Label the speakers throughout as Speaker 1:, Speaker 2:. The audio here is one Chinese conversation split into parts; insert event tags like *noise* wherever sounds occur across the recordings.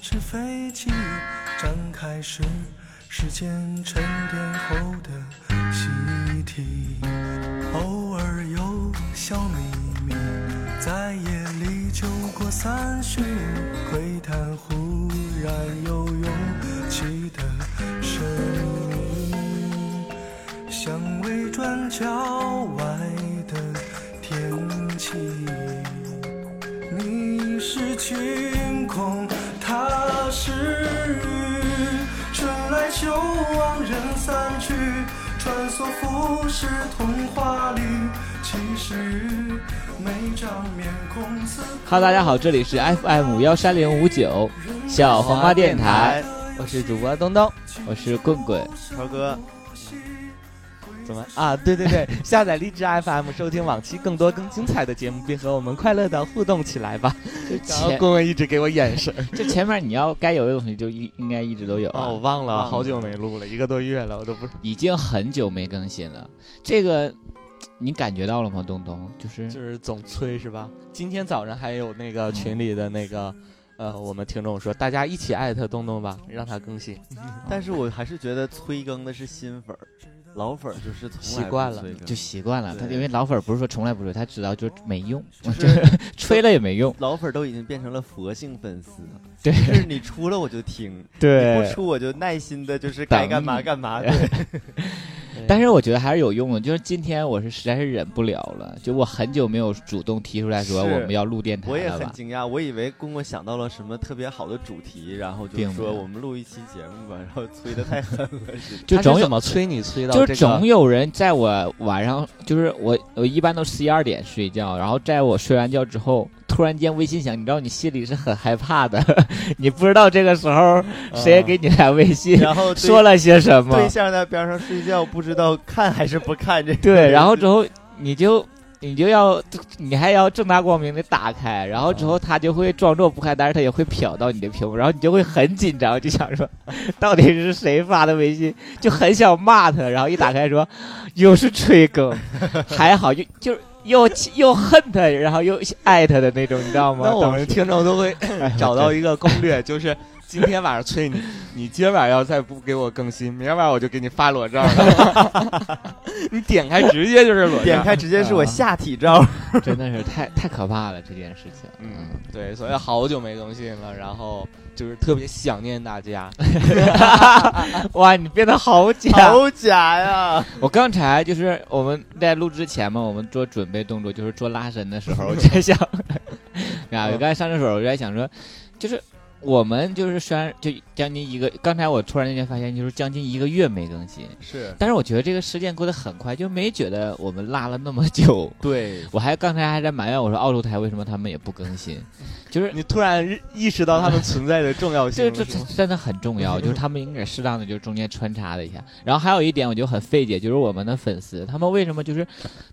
Speaker 1: 纸飞机展开时，时间沉淀后的习题，偶尔有小秘密，在夜里酒过三巡，窥探忽然有勇气的身影，像围转郊外的天气。你是晴空，它是雨，春来秋往人散去，穿梭浮世童话里，其实每张面孔似。
Speaker 2: 哈喽，大家好，这里是 FM 幺三零五九小黄瓜电台，我是主播东东，我是棍棍。
Speaker 3: 头哥，怎么啊？对对 *laughs* 对，下载荔枝 FM 收听往期更多更精彩的节目，并和我们快乐的互动起来吧。
Speaker 2: 就
Speaker 3: 然后
Speaker 2: 前
Speaker 3: 棍棍一直给我眼神儿，
Speaker 2: 就前面你要该有的东西就一应该一直都有、啊、
Speaker 3: *laughs* 哦，我忘
Speaker 2: 忘
Speaker 3: 了，
Speaker 2: 了
Speaker 3: 好久没录了，一个多月了，我都不知
Speaker 2: 已经很久没更新了。这个你感觉到了吗，东东？就是
Speaker 3: 就是总催是吧？嗯今天早上还有那个群里的那个。呃，我们听众说，大家一起艾特东东吧，让他更新。
Speaker 4: 但是我还是觉得催更的是新粉儿，老粉儿就是从
Speaker 3: 习
Speaker 4: 来
Speaker 3: 惯了
Speaker 4: 不催更
Speaker 2: 就习惯了。他
Speaker 4: 对
Speaker 2: 因为老粉儿不是说从来不追，他知道就没用，
Speaker 4: *laughs* 就是
Speaker 2: 吹了也没
Speaker 4: *laughs*
Speaker 2: 用。
Speaker 4: 老粉儿都已经变成了佛性粉丝，
Speaker 2: 对
Speaker 4: *laughs* 就是你出了我就 *laughs* 听，你不出我就耐心的，就是该
Speaker 2: 等
Speaker 4: 干嘛
Speaker 2: 你
Speaker 4: 干嘛。 *laughs* 对，
Speaker 2: 但是我觉得还是有用的，就是今天我是实在是忍不了了，就我很久没有主动提出来说
Speaker 4: 是
Speaker 2: 我们要录电台
Speaker 4: 我也
Speaker 2: 了
Speaker 4: 很
Speaker 2: 吧？
Speaker 4: *laughs* 惊讶，我以为公公想到了什么特别好的主题，然后就
Speaker 2: 并没
Speaker 4: 说
Speaker 2: 有
Speaker 4: 我们录一期节目吧，然后催的太狠 *laughs* 了似的。
Speaker 2: 就总
Speaker 3: 他
Speaker 2: 有
Speaker 3: 是怎么催你催到
Speaker 2: 就
Speaker 3: 这
Speaker 2: 是
Speaker 3: 个？
Speaker 2: 总有人在我晚上，就是我我一般都十一二点睡觉，然后在我睡完觉之后，突然间微信响，你知道你心里是很害怕的， *laughs* 你不知道这个时候谁给你来微信、
Speaker 4: 嗯 *laughs* 然后对
Speaker 2: 说了些什么，
Speaker 4: 对象在边上睡觉，不知道看还是不
Speaker 2: *laughs*
Speaker 4: 看这个。
Speaker 2: 对，然后之后你就你就要你还要正大光明的打开，然后之后他就会装作不看，但是他也会瞟到你的屏幕，然后你就会很紧张，就想说 *laughs* 到底是谁发的微信，就很想骂他，然后一打开说 *laughs* 又是吹 *laughs* 更，还好就就是又气又恨他，然后又爱他的那种，你知道吗？
Speaker 3: 那我
Speaker 2: 当时
Speaker 3: 们听众都 *laughs* 会找到一个攻略，就是今天晚上催你，你今晚要再不给我更新，明儿晚上我就给你发裸照了。 *laughs* 你点开直接就是裸照，
Speaker 4: 点开直接是我下体 *laughs* 照，
Speaker 2: 真的是太太可怕了这件事情，
Speaker 3: 嗯，对，所以好久没更新了，然后就是特别想念大 *laughs* 家。
Speaker 2: *laughs* 哇，你变得好假，
Speaker 4: 好假呀！
Speaker 2: 我刚才就是我们在录之前嘛，我们做准备动作，就是做拉伸的时候，我就在想，啊，我刚才上厕所，我就在想说，就是我们就是虽然就将近一个，刚才我突然间发现，就是将近一个月没更新，
Speaker 4: 是
Speaker 2: 但是我觉得这个时间过得很快，就没觉得我们拉了那么久。
Speaker 4: 对，
Speaker 2: 我还刚才还在埋怨我说澳洲台为什么他们也不更新，就是
Speaker 3: 你突然意意识到他们存在的重要性
Speaker 2: 这
Speaker 3: 了，
Speaker 2: 这
Speaker 3: 是
Speaker 2: 这
Speaker 3: 吗
Speaker 2: 真的很重要，就是他们应该适当的就是中间穿插了一下。然后还有一点我就很费解，就是我们的粉丝他们为什么就是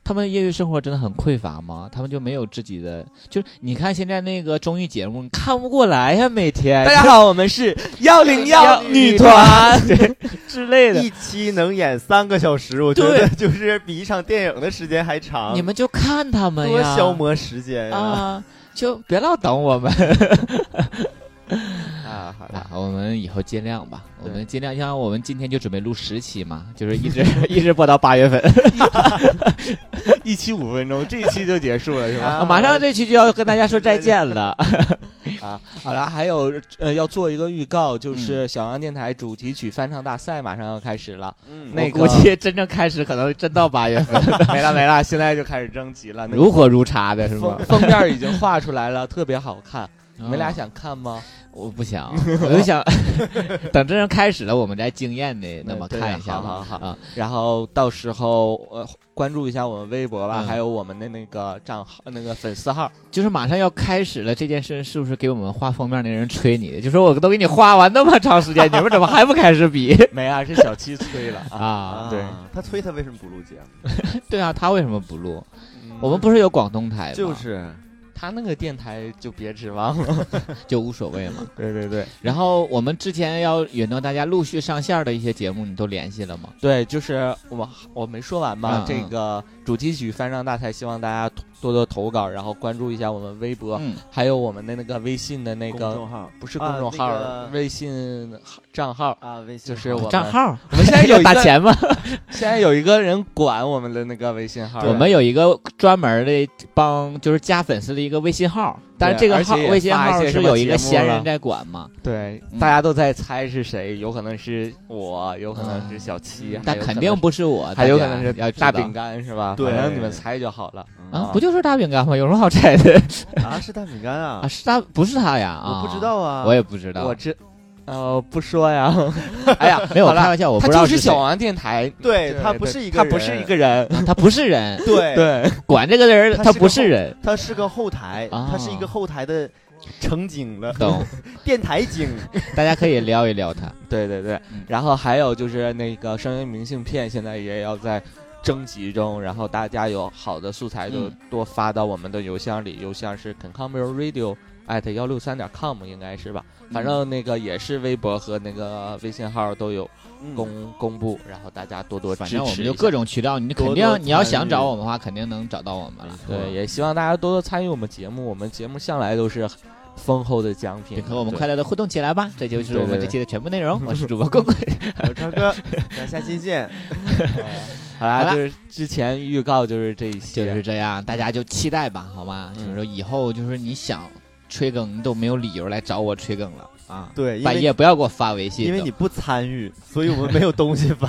Speaker 2: 他们业余生活真的很匮乏吗？他们就没有自己的，就是你看现在那个综艺节目，你看不过来呀，每天
Speaker 3: 大家好，我们
Speaker 2: *laughs*
Speaker 3: 是幺零幺女团。
Speaker 2: 对 *laughs* 之类的，
Speaker 4: 一期能演三个小时，我觉得就是比一场电影的时间还长。
Speaker 2: 你们就看他们
Speaker 4: 多
Speaker 2: 呀，
Speaker 4: 消磨时间呀！
Speaker 2: 啊，
Speaker 3: *laughs*
Speaker 2: 就别老等我们。
Speaker 3: 啊， *laughs* 好了，
Speaker 2: 啊，我们以后尽量吧，我
Speaker 3: 对
Speaker 2: 们尽量，像我们今天就准备录十期嘛，
Speaker 3: *laughs*
Speaker 2: 就是一直一直播到八月份。
Speaker 3: 一期五分钟，这一期就结束了，是吧？
Speaker 2: 啊，马上这期就要跟大家说再见了。
Speaker 3: *laughs*
Speaker 2: *laughs*
Speaker 3: 好了，还有呃，要做一个预告，就是小杨电台主题曲翻唱大赛马上要开始了。
Speaker 4: 嗯
Speaker 3: 那
Speaker 2: 我
Speaker 3: 个
Speaker 2: 估计真正开始可能真到八月份，
Speaker 3: *laughs* 没了没了，现在就开始征集了。那
Speaker 2: 如火如茶的是吗
Speaker 3: 封？封面已经画出来了，特别好 *laughs* 看。
Speaker 2: 你
Speaker 3: 你们俩，想看吗？
Speaker 2: 我不
Speaker 3: *laughs*
Speaker 2: 想，我就想等真正开始了，我们再惊艳的那么
Speaker 3: 嗯对
Speaker 2: 看一下
Speaker 3: 好
Speaker 2: 吧。
Speaker 3: 好好
Speaker 2: 啊，
Speaker 3: 然后到时候呃关注一下我们微博吧，
Speaker 2: 嗯
Speaker 3: 还有我们的那个账号、那个粉丝 *laughs* 号。
Speaker 2: 就是马上要开始了，这件事是不是给我们画封面那人催你的？就说我都给你画完那么长时间，你们怎么还不开始
Speaker 3: *laughs*
Speaker 2: 比
Speaker 3: 没啊，是小七催 *laughs* 了啊。
Speaker 2: 啊？
Speaker 3: 对
Speaker 4: 他催他为什么不录节目？
Speaker 2: 对啊，他为什么不录？
Speaker 3: 嗯
Speaker 2: 哎我们不是有广东台吗？
Speaker 4: 就是
Speaker 3: 他那个电台就别指望了。
Speaker 2: 就无所谓嘛。
Speaker 3: *laughs* 对对对
Speaker 2: 然后我们之前要允诺大家陆续上线的一些节目，你都联系了吗？
Speaker 3: 对，就是我我没说完
Speaker 2: 嗯
Speaker 3: 嘛，这个主题曲《翻唱大赛》，希望大家多多投稿，然后关注一下我们微博，
Speaker 2: 嗯，
Speaker 3: 还有我们的那个微信的那
Speaker 4: 公
Speaker 3: 个
Speaker 4: 众号
Speaker 3: 不是公众号，
Speaker 4: 啊那个
Speaker 3: 微信账号。
Speaker 4: 啊，微信
Speaker 3: 就是
Speaker 4: 号
Speaker 3: 我
Speaker 2: 账
Speaker 3: 们
Speaker 2: 号，
Speaker 3: 我们现在
Speaker 2: *laughs*
Speaker 3: 有一
Speaker 2: 打
Speaker 3: 个
Speaker 2: 钱吗？
Speaker 3: 现在有一个人管我们的那个微信号，
Speaker 4: 对
Speaker 2: 我们有一个专门的帮，就是加粉丝的一个微信号，但是这个
Speaker 3: 而且
Speaker 2: 号
Speaker 3: 也
Speaker 2: 微信
Speaker 3: 发一
Speaker 2: 号
Speaker 3: 些
Speaker 2: 是
Speaker 3: 什么
Speaker 2: 有一个
Speaker 3: 节目
Speaker 2: 闲人
Speaker 3: 了
Speaker 2: 在管嘛，
Speaker 3: 对
Speaker 2: 嗯，
Speaker 3: 大家都在猜是谁，有可能是我，有可能是小七，还
Speaker 2: 但
Speaker 3: 哎有可
Speaker 2: 肯
Speaker 3: 能
Speaker 2: 定
Speaker 3: 是
Speaker 2: 不是我，
Speaker 3: 还有
Speaker 2: 大
Speaker 3: 可
Speaker 2: 家
Speaker 3: 能是
Speaker 2: 要知
Speaker 3: 大
Speaker 2: 道
Speaker 3: 饼干是吧？
Speaker 4: 对
Speaker 3: 反正你们猜就好了。
Speaker 2: 啊
Speaker 3: 啊，
Speaker 2: 不就是大饼干吗？有什么好猜的
Speaker 4: 啊是大饼干
Speaker 2: 啊？
Speaker 4: 啊，
Speaker 2: 是他不是他呀？啊，
Speaker 4: 我不知，道啊，
Speaker 2: 我也不知道，
Speaker 3: 我知，呃，不说呀。
Speaker 2: 哎
Speaker 3: *laughs*
Speaker 2: 呀，没有
Speaker 3: 好
Speaker 2: 开
Speaker 3: 了
Speaker 2: 玩笑，我不
Speaker 3: 他
Speaker 2: 知道
Speaker 3: 就是
Speaker 2: 谁啊
Speaker 3: 小，王电台，
Speaker 4: 对
Speaker 3: 对
Speaker 4: 他
Speaker 3: 对
Speaker 4: 不是一个
Speaker 3: 他
Speaker 4: 人，
Speaker 3: 不是一个人，
Speaker 2: 他不是人，
Speaker 4: 对，
Speaker 3: 对，
Speaker 2: 管这个的人
Speaker 4: 他
Speaker 2: 他
Speaker 4: 是
Speaker 2: 不
Speaker 4: 个
Speaker 2: 是
Speaker 4: 后
Speaker 3: *laughs*
Speaker 2: 人，
Speaker 4: 他是个后台，
Speaker 2: 啊
Speaker 4: 他是一个后台的成精了，
Speaker 2: 懂？
Speaker 4: 电台精，
Speaker 2: 大家可以撩一撩
Speaker 3: *laughs*
Speaker 2: 他，
Speaker 3: 对对对
Speaker 2: 嗯。
Speaker 3: 然后还有就是那个声音明信片，现在也要在。征集中，然后大家有好的素材就
Speaker 2: 嗯
Speaker 3: 多发到我们的邮箱里，邮箱是 concomberadio at 幺六三点 com 应该是吧？
Speaker 2: 嗯
Speaker 3: 反正那个也是微博和那个微信号都有
Speaker 4: 嗯
Speaker 3: 公公布，然后大家多多支
Speaker 2: 反
Speaker 3: 持一下。
Speaker 2: 正我们就各种渠道，你肯
Speaker 4: 多
Speaker 2: 定
Speaker 4: 多
Speaker 2: 你要
Speaker 4: 参
Speaker 2: 想找
Speaker 4: 与
Speaker 2: 我们的话，肯定能找到我们了。
Speaker 3: 对，也希望大家多多参与我们节目，我们节目向来都是丰厚的奖品
Speaker 2: 也和我们快乐的互动起来吧！这就是
Speaker 3: 对
Speaker 2: 我们这
Speaker 3: 对对
Speaker 2: 期的全部内
Speaker 4: *laughs*
Speaker 2: 容。我是主播棍棍，
Speaker 4: 我超哥，咱下期见，
Speaker 3: 好
Speaker 2: 好
Speaker 3: 啦，
Speaker 2: 啦
Speaker 3: 就是之前预告就是这一期，
Speaker 2: 就是这样， *laughs* 大家就期待吧，好吗？
Speaker 3: 嗯
Speaker 2: 就是说以后就是你想吹梗，你都没有理由来找我吹梗了啊！
Speaker 4: 对，因
Speaker 2: 半
Speaker 4: 为
Speaker 2: 夜不要给我发微信，
Speaker 4: 因为你不参与，所以我们没有东西发，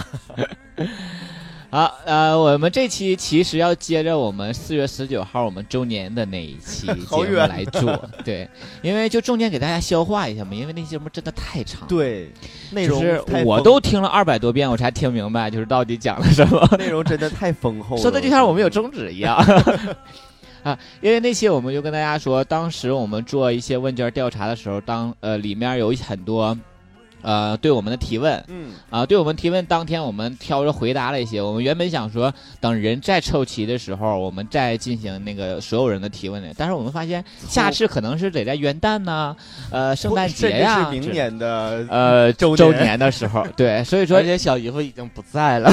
Speaker 2: 好，呃，我们这期其实要接着我们四月十九号我们周年的那一期节
Speaker 4: *laughs* 好
Speaker 2: 目
Speaker 4: 远啊
Speaker 2: 来
Speaker 4: *laughs*
Speaker 2: 做，对，因为就中间给大家消化一下嘛，因为那节目真的太长，，
Speaker 4: 对，内
Speaker 2: 就
Speaker 4: 容
Speaker 2: 是
Speaker 4: 太
Speaker 2: 我
Speaker 4: 丰
Speaker 2: 都听了二百多遍，我才听明白就是到底讲了什么。
Speaker 4: 内容真的太丰厚了，
Speaker 2: 说的就像我们有宗旨一样。 *laughs* 啊，因为那期我们就跟大家说，当时我们做一些问卷调查的时候，当呃里面有很多，呃对我们的提问
Speaker 4: 嗯，
Speaker 2: 啊、对我们提问当天我们挑着回答了一些。我们原本想说，等人再凑齐的时候，我们再进行那个所有人的提问的。但是我们发现，下次可能是得在元旦呐、呃圣诞节
Speaker 4: 甚至
Speaker 2: 呀、
Speaker 4: 是明年的
Speaker 2: 呃
Speaker 4: 周
Speaker 2: 周
Speaker 4: 年
Speaker 2: 年的时候，对，所以
Speaker 4: *laughs*
Speaker 2: 说
Speaker 3: 而且小姨夫已经不在 *laughs* 了，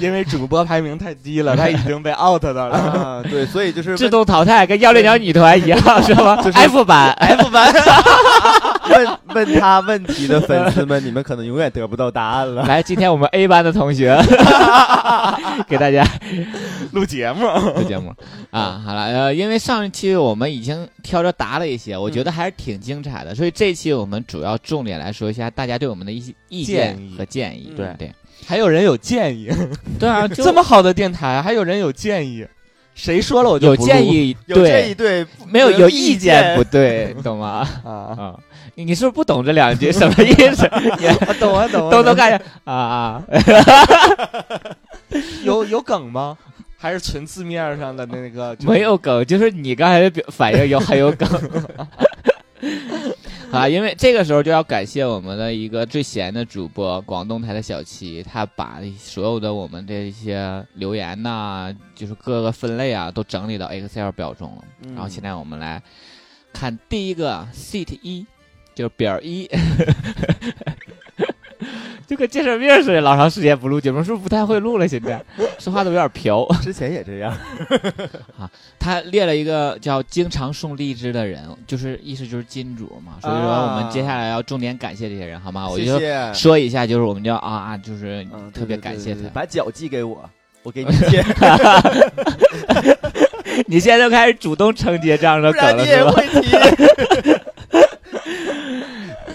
Speaker 3: 因为主播排名太低了，他已经被 out 到了。
Speaker 4: 啊，对，所以就是
Speaker 2: 自动淘汰，跟幺六零女团
Speaker 4: *laughs*
Speaker 2: 一样，是吧、
Speaker 4: 就是
Speaker 2: f 版
Speaker 4: *laughs* F 班问问他问题的粉丝们，你们可能永远得不到答案
Speaker 2: *laughs*
Speaker 4: 了。
Speaker 2: 来，今天我们 A 班的同学给大家
Speaker 3: 录节目，
Speaker 2: 录节目啊，好了，呃，因为上一期我们已经挑着答了一些，我觉得还是挺精彩的，所以这一期我们主要重点来说一下大家对我们的一些意见
Speaker 3: 建议
Speaker 2: 和建议，
Speaker 3: 嗯
Speaker 2: 对
Speaker 3: 还有人有建议，
Speaker 2: 对啊，
Speaker 3: 这么好的电台，还有人有建议，谁说了我就
Speaker 2: 有
Speaker 3: 不录
Speaker 2: 建议
Speaker 4: 有这一
Speaker 2: 对，
Speaker 4: 对
Speaker 2: 没有有
Speaker 4: 有
Speaker 2: 意
Speaker 4: 见
Speaker 2: 见不对，懂吗？
Speaker 3: 啊？
Speaker 2: 啊，你你是不是不懂这两句什么意思？
Speaker 3: 我 *laughs* 懂啊懂啊，
Speaker 2: 都
Speaker 3: 懂
Speaker 2: 都
Speaker 3: 啊
Speaker 2: 干啊啊！
Speaker 3: 有有梗吗？还是纯字面上的那个？就是
Speaker 2: *laughs* 没有梗，就是你刚才的表反应有很有梗。啊，因为这个时候就要感谢我们的一个最闲的主播，广东台的小七，他把所有的我们这些留言呐、就是各个分类啊，都整理到 Excel 表中了。
Speaker 4: 嗯
Speaker 2: 然后现在我们来看第一个 sheet 一，就是表一， *laughs* 就跟精神病似的，老长时间不录节目，是不是不太会录了？现在说话都有点瓢。
Speaker 4: 之前也这样，
Speaker 2: 他列了一个叫经常送荔枝的人，就是意思就是金主嘛，所以说我们接下来要重点感谢这些人，好啊吗？我
Speaker 4: 啊谢
Speaker 2: 就
Speaker 4: 谢。
Speaker 2: 说一下，就是我们就啊啊，就是
Speaker 4: 嗯，对
Speaker 2: 特别感谢
Speaker 4: 对对对
Speaker 2: 他。
Speaker 4: 把脚寄给我，
Speaker 2: *laughs*
Speaker 4: 我给你借，
Speaker 2: 你现在就开始主动承接这样的
Speaker 4: 不
Speaker 2: 梗
Speaker 4: 然
Speaker 2: 了，
Speaker 4: 你
Speaker 2: 是
Speaker 4: 也
Speaker 2: 吧？
Speaker 4: 会
Speaker 2: *laughs*
Speaker 4: 提。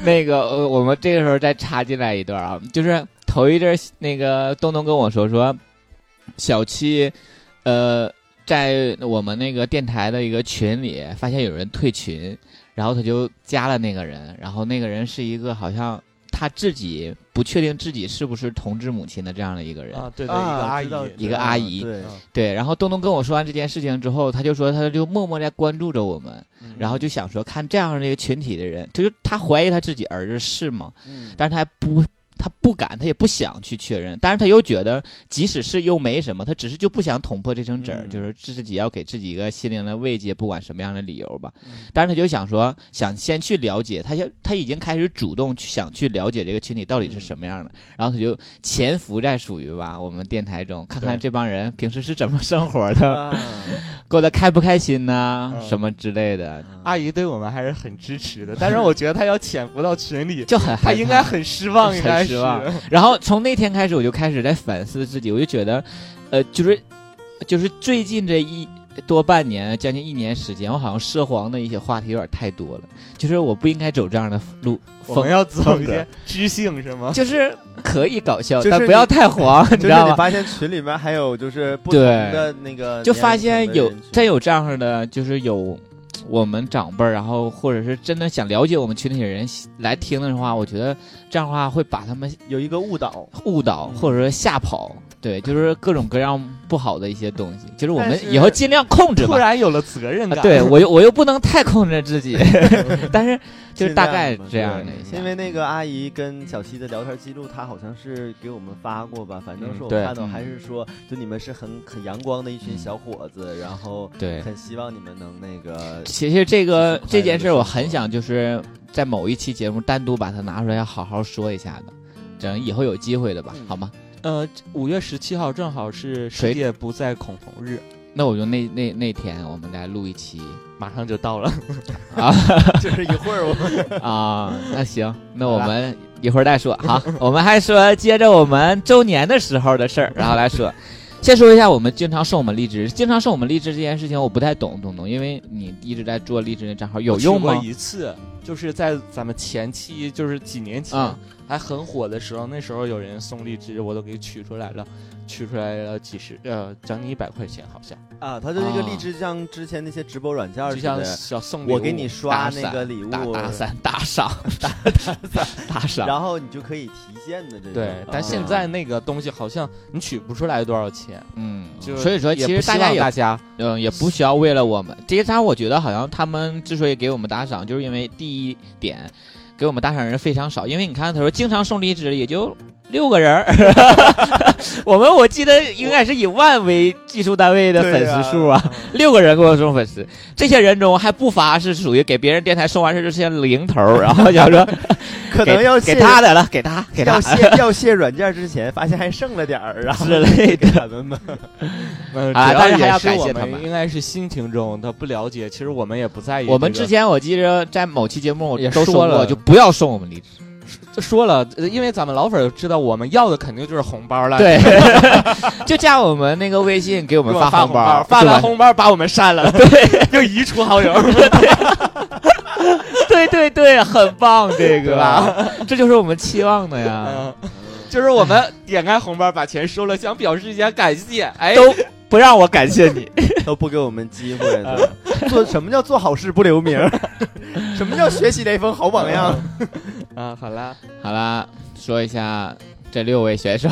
Speaker 2: 那个呃，我们这个时候再插进来一段啊，就是头一阵儿那个东东跟我说说，小七，呃，在我们那个电台的一个群里发现有人退群，然后他就加了那个人，然后那个人是一个好像他自己不确定自己是不是同志母亲的这样的一个人，
Speaker 3: 啊，对对，一个
Speaker 4: 啊
Speaker 3: 阿
Speaker 4: 知道
Speaker 3: 姨，
Speaker 2: 一个阿姨
Speaker 4: 对，
Speaker 2: 对，然后东东跟我说完这件事情之后，他就说他就默默在关注着我们，
Speaker 3: 嗯
Speaker 2: 然后就想说看这样的一个群体的人，就是他怀疑他自己儿子是吗？
Speaker 4: 嗯
Speaker 2: 但是他还不，他不敢，他也不想去确认，但是他又觉得，即使是又没什么，他只是就不想捅破这层纸儿，
Speaker 4: 嗯
Speaker 2: 就是自己要给自己一个心灵的慰藉，不管什么样的理由吧。
Speaker 3: 嗯
Speaker 2: 但是他就想说，想先去了解，他先他已经开始主动去想去了解这个群体到底是
Speaker 3: 嗯
Speaker 2: 什么样的，然后他就潜伏在属于吧我们电台中，看看
Speaker 4: 对
Speaker 2: 这帮人平时是怎么生活的，
Speaker 4: 啊
Speaker 2: 过得开不开心呐、
Speaker 3: 嗯
Speaker 2: 什么之类的，
Speaker 4: 啊
Speaker 3: 阿姨对我们还是很支持的，但是我觉得她要潜伏到群里，
Speaker 2: 就很
Speaker 3: 她
Speaker 2: 害
Speaker 3: 应
Speaker 2: 怕
Speaker 3: 该很失望，应该
Speaker 2: 很
Speaker 3: 是
Speaker 2: 失望。然后从那天开始，我就开始在反思自己，我就觉得，呃，就是就是最近这一多半年，将近一年时间，我好像涉黄的一些话题有点太多了，就是我不应该走这样的路
Speaker 3: 我
Speaker 2: 风
Speaker 3: 们。要走一些
Speaker 4: 风格
Speaker 3: 知性是吗？
Speaker 2: 就是可以搞笑，
Speaker 4: 就是
Speaker 2: 但不
Speaker 4: 你
Speaker 2: 要太黄，你
Speaker 4: *laughs* 就
Speaker 2: 知
Speaker 4: 是
Speaker 2: 道
Speaker 4: 你
Speaker 2: 吗？
Speaker 4: 发现群里面还有就是不同
Speaker 2: 对
Speaker 4: 的那个年龄层的人
Speaker 2: 就
Speaker 4: 群，
Speaker 2: 发现有真有这样的，就是有我们长辈儿，然后或者是真的想了解我们群体的人来听的话，我觉得这样的话会把他们
Speaker 4: 有一个误导。
Speaker 2: 误导
Speaker 4: 嗯
Speaker 2: 或者说吓跑，对，就是各种各样不好的一些东西，就是我们
Speaker 4: 但是
Speaker 2: 以后尽量控制
Speaker 3: 突
Speaker 2: 吧。
Speaker 3: 然有了责任
Speaker 2: 啊
Speaker 3: 感，
Speaker 2: 对我又我又不能太控制自己， *laughs* 但是就是
Speaker 4: 尽量
Speaker 2: 大概
Speaker 4: 吧
Speaker 2: 这样的
Speaker 4: 对
Speaker 2: 一些
Speaker 4: 因。为那个阿姨跟小七的聊天记录，她好像是给我们发过吧，反正
Speaker 3: 嗯
Speaker 4: 是我
Speaker 2: 对
Speaker 4: 看到，
Speaker 2: 嗯
Speaker 4: 还是说就你们是很很阳光的一群小伙
Speaker 2: 嗯
Speaker 4: 子，然后
Speaker 2: 对，
Speaker 4: 很希望你们能那
Speaker 2: *laughs*
Speaker 4: 个
Speaker 2: 其实这个
Speaker 4: 就是快乐的
Speaker 2: 这件事，我
Speaker 4: 生活
Speaker 2: 很想就是在某一期节目单独把它拿出来，要好好说一下的。等以后有机会的吧，
Speaker 4: 嗯
Speaker 2: 好吗？
Speaker 3: 呃，五月十七号正好是
Speaker 2: 谁
Speaker 3: 世界不再恐同日，
Speaker 2: 那我就那那那天我们来录一
Speaker 4: *laughs*
Speaker 2: 期
Speaker 3: 马上就到了。
Speaker 4: 就是一会儿我
Speaker 2: *laughs*
Speaker 4: 们
Speaker 2: 啊。那行，那
Speaker 3: 好
Speaker 2: 我
Speaker 3: 吧
Speaker 2: 们一会儿再说。好，我们还说接着我们周年的时候的事儿，然后来说。先说一下，我们经常送我们荔枝，经常送我们荔枝这件事情，我不太懂，懂不懂？因为你一直在做荔枝那账号，
Speaker 3: *laughs*
Speaker 2: 有用
Speaker 3: 我去
Speaker 2: 吗
Speaker 3: 过？一次，就是在咱们前期，就是几年前、
Speaker 2: 嗯
Speaker 3: 还很火的时候，那时候有人送荔枝，我都给取出来了，取出来了几十，呃，将近一百块钱，好像，
Speaker 2: *laughs*
Speaker 4: 啊，它就是一个
Speaker 2: 啊
Speaker 4: 荔枝像之前那些直播软件
Speaker 3: 就
Speaker 4: 似
Speaker 3: 像
Speaker 4: 的，
Speaker 3: 小送礼物
Speaker 4: 我给你刷
Speaker 2: 打
Speaker 4: 那个礼物，
Speaker 2: 打打伞，打
Speaker 3: *laughs*
Speaker 2: 赏，打打赏，
Speaker 4: 然后你就可以提现的这种。啊
Speaker 3: 对，但现在那个东西好像你取不出来多少钱，
Speaker 2: 嗯，
Speaker 3: 就
Speaker 2: 所以说其
Speaker 3: 也不
Speaker 2: 实
Speaker 3: 希
Speaker 2: 大家
Speaker 3: 望
Speaker 2: 也
Speaker 3: 大家
Speaker 2: 嗯，也不需要为了我们。这些他我觉得好像他们之所以给我们打赏，就是因为第一点，给我们打赏人非常少。因为你看，他说经常送荔枝，也就六个人儿。 *laughs* 我们我记得应该是以万为计数单位的粉丝数啊，六个人给我送粉丝。这些人中还不乏是属于给别人电台送完事儿就先零头儿，然后想说
Speaker 4: *laughs* 可能要
Speaker 2: 给
Speaker 4: 卸
Speaker 2: 他的了， *laughs* 给他给他
Speaker 4: 要卸要卸软件之前，发现还剩了点儿，然后
Speaker 2: 之类
Speaker 4: 给
Speaker 2: 的。
Speaker 4: 他们吧。
Speaker 2: *laughs*
Speaker 3: 嗯，
Speaker 2: 啊
Speaker 3: 主
Speaker 2: 当然还
Speaker 3: 也
Speaker 2: 要
Speaker 3: 是
Speaker 2: 感
Speaker 3: 我
Speaker 2: 谢他们
Speaker 3: 们应该是新听众，他不了解，其实我们也不在意这个。
Speaker 2: 我们之前我记着在某期节目我
Speaker 3: 也
Speaker 2: 都
Speaker 3: 说
Speaker 2: 说过
Speaker 3: 了
Speaker 2: 就不要送我们荔枝。
Speaker 3: 就说了，呃因为咱们老粉儿知道，我们要的肯定就是红包了。
Speaker 2: 对， *laughs* 就加我们那个微信给我
Speaker 3: 给
Speaker 2: 们
Speaker 3: 我
Speaker 2: 发
Speaker 3: 发
Speaker 2: 红发
Speaker 3: 包，发完红包把我们删
Speaker 4: *laughs*
Speaker 3: 了，对， *laughs* 就移除好友。
Speaker 2: *laughs* 对对对，很棒，这
Speaker 3: 对
Speaker 2: 个 *laughs* 吧？这就是我们期望的呀，
Speaker 3: 嗯， *laughs* 就是我们点开红包把钱收了，想表示一下感谢。哎，
Speaker 2: 都不让我感谢你，
Speaker 4: 都不给我们机
Speaker 2: 嗯
Speaker 4: 会了。做什么叫做好事不留
Speaker 3: *laughs*
Speaker 4: 名儿？什么叫学习雷锋好榜样？嗯
Speaker 3: 啊，好啦，
Speaker 2: *laughs* 好啦，说一下这六位 *laughs* 选手，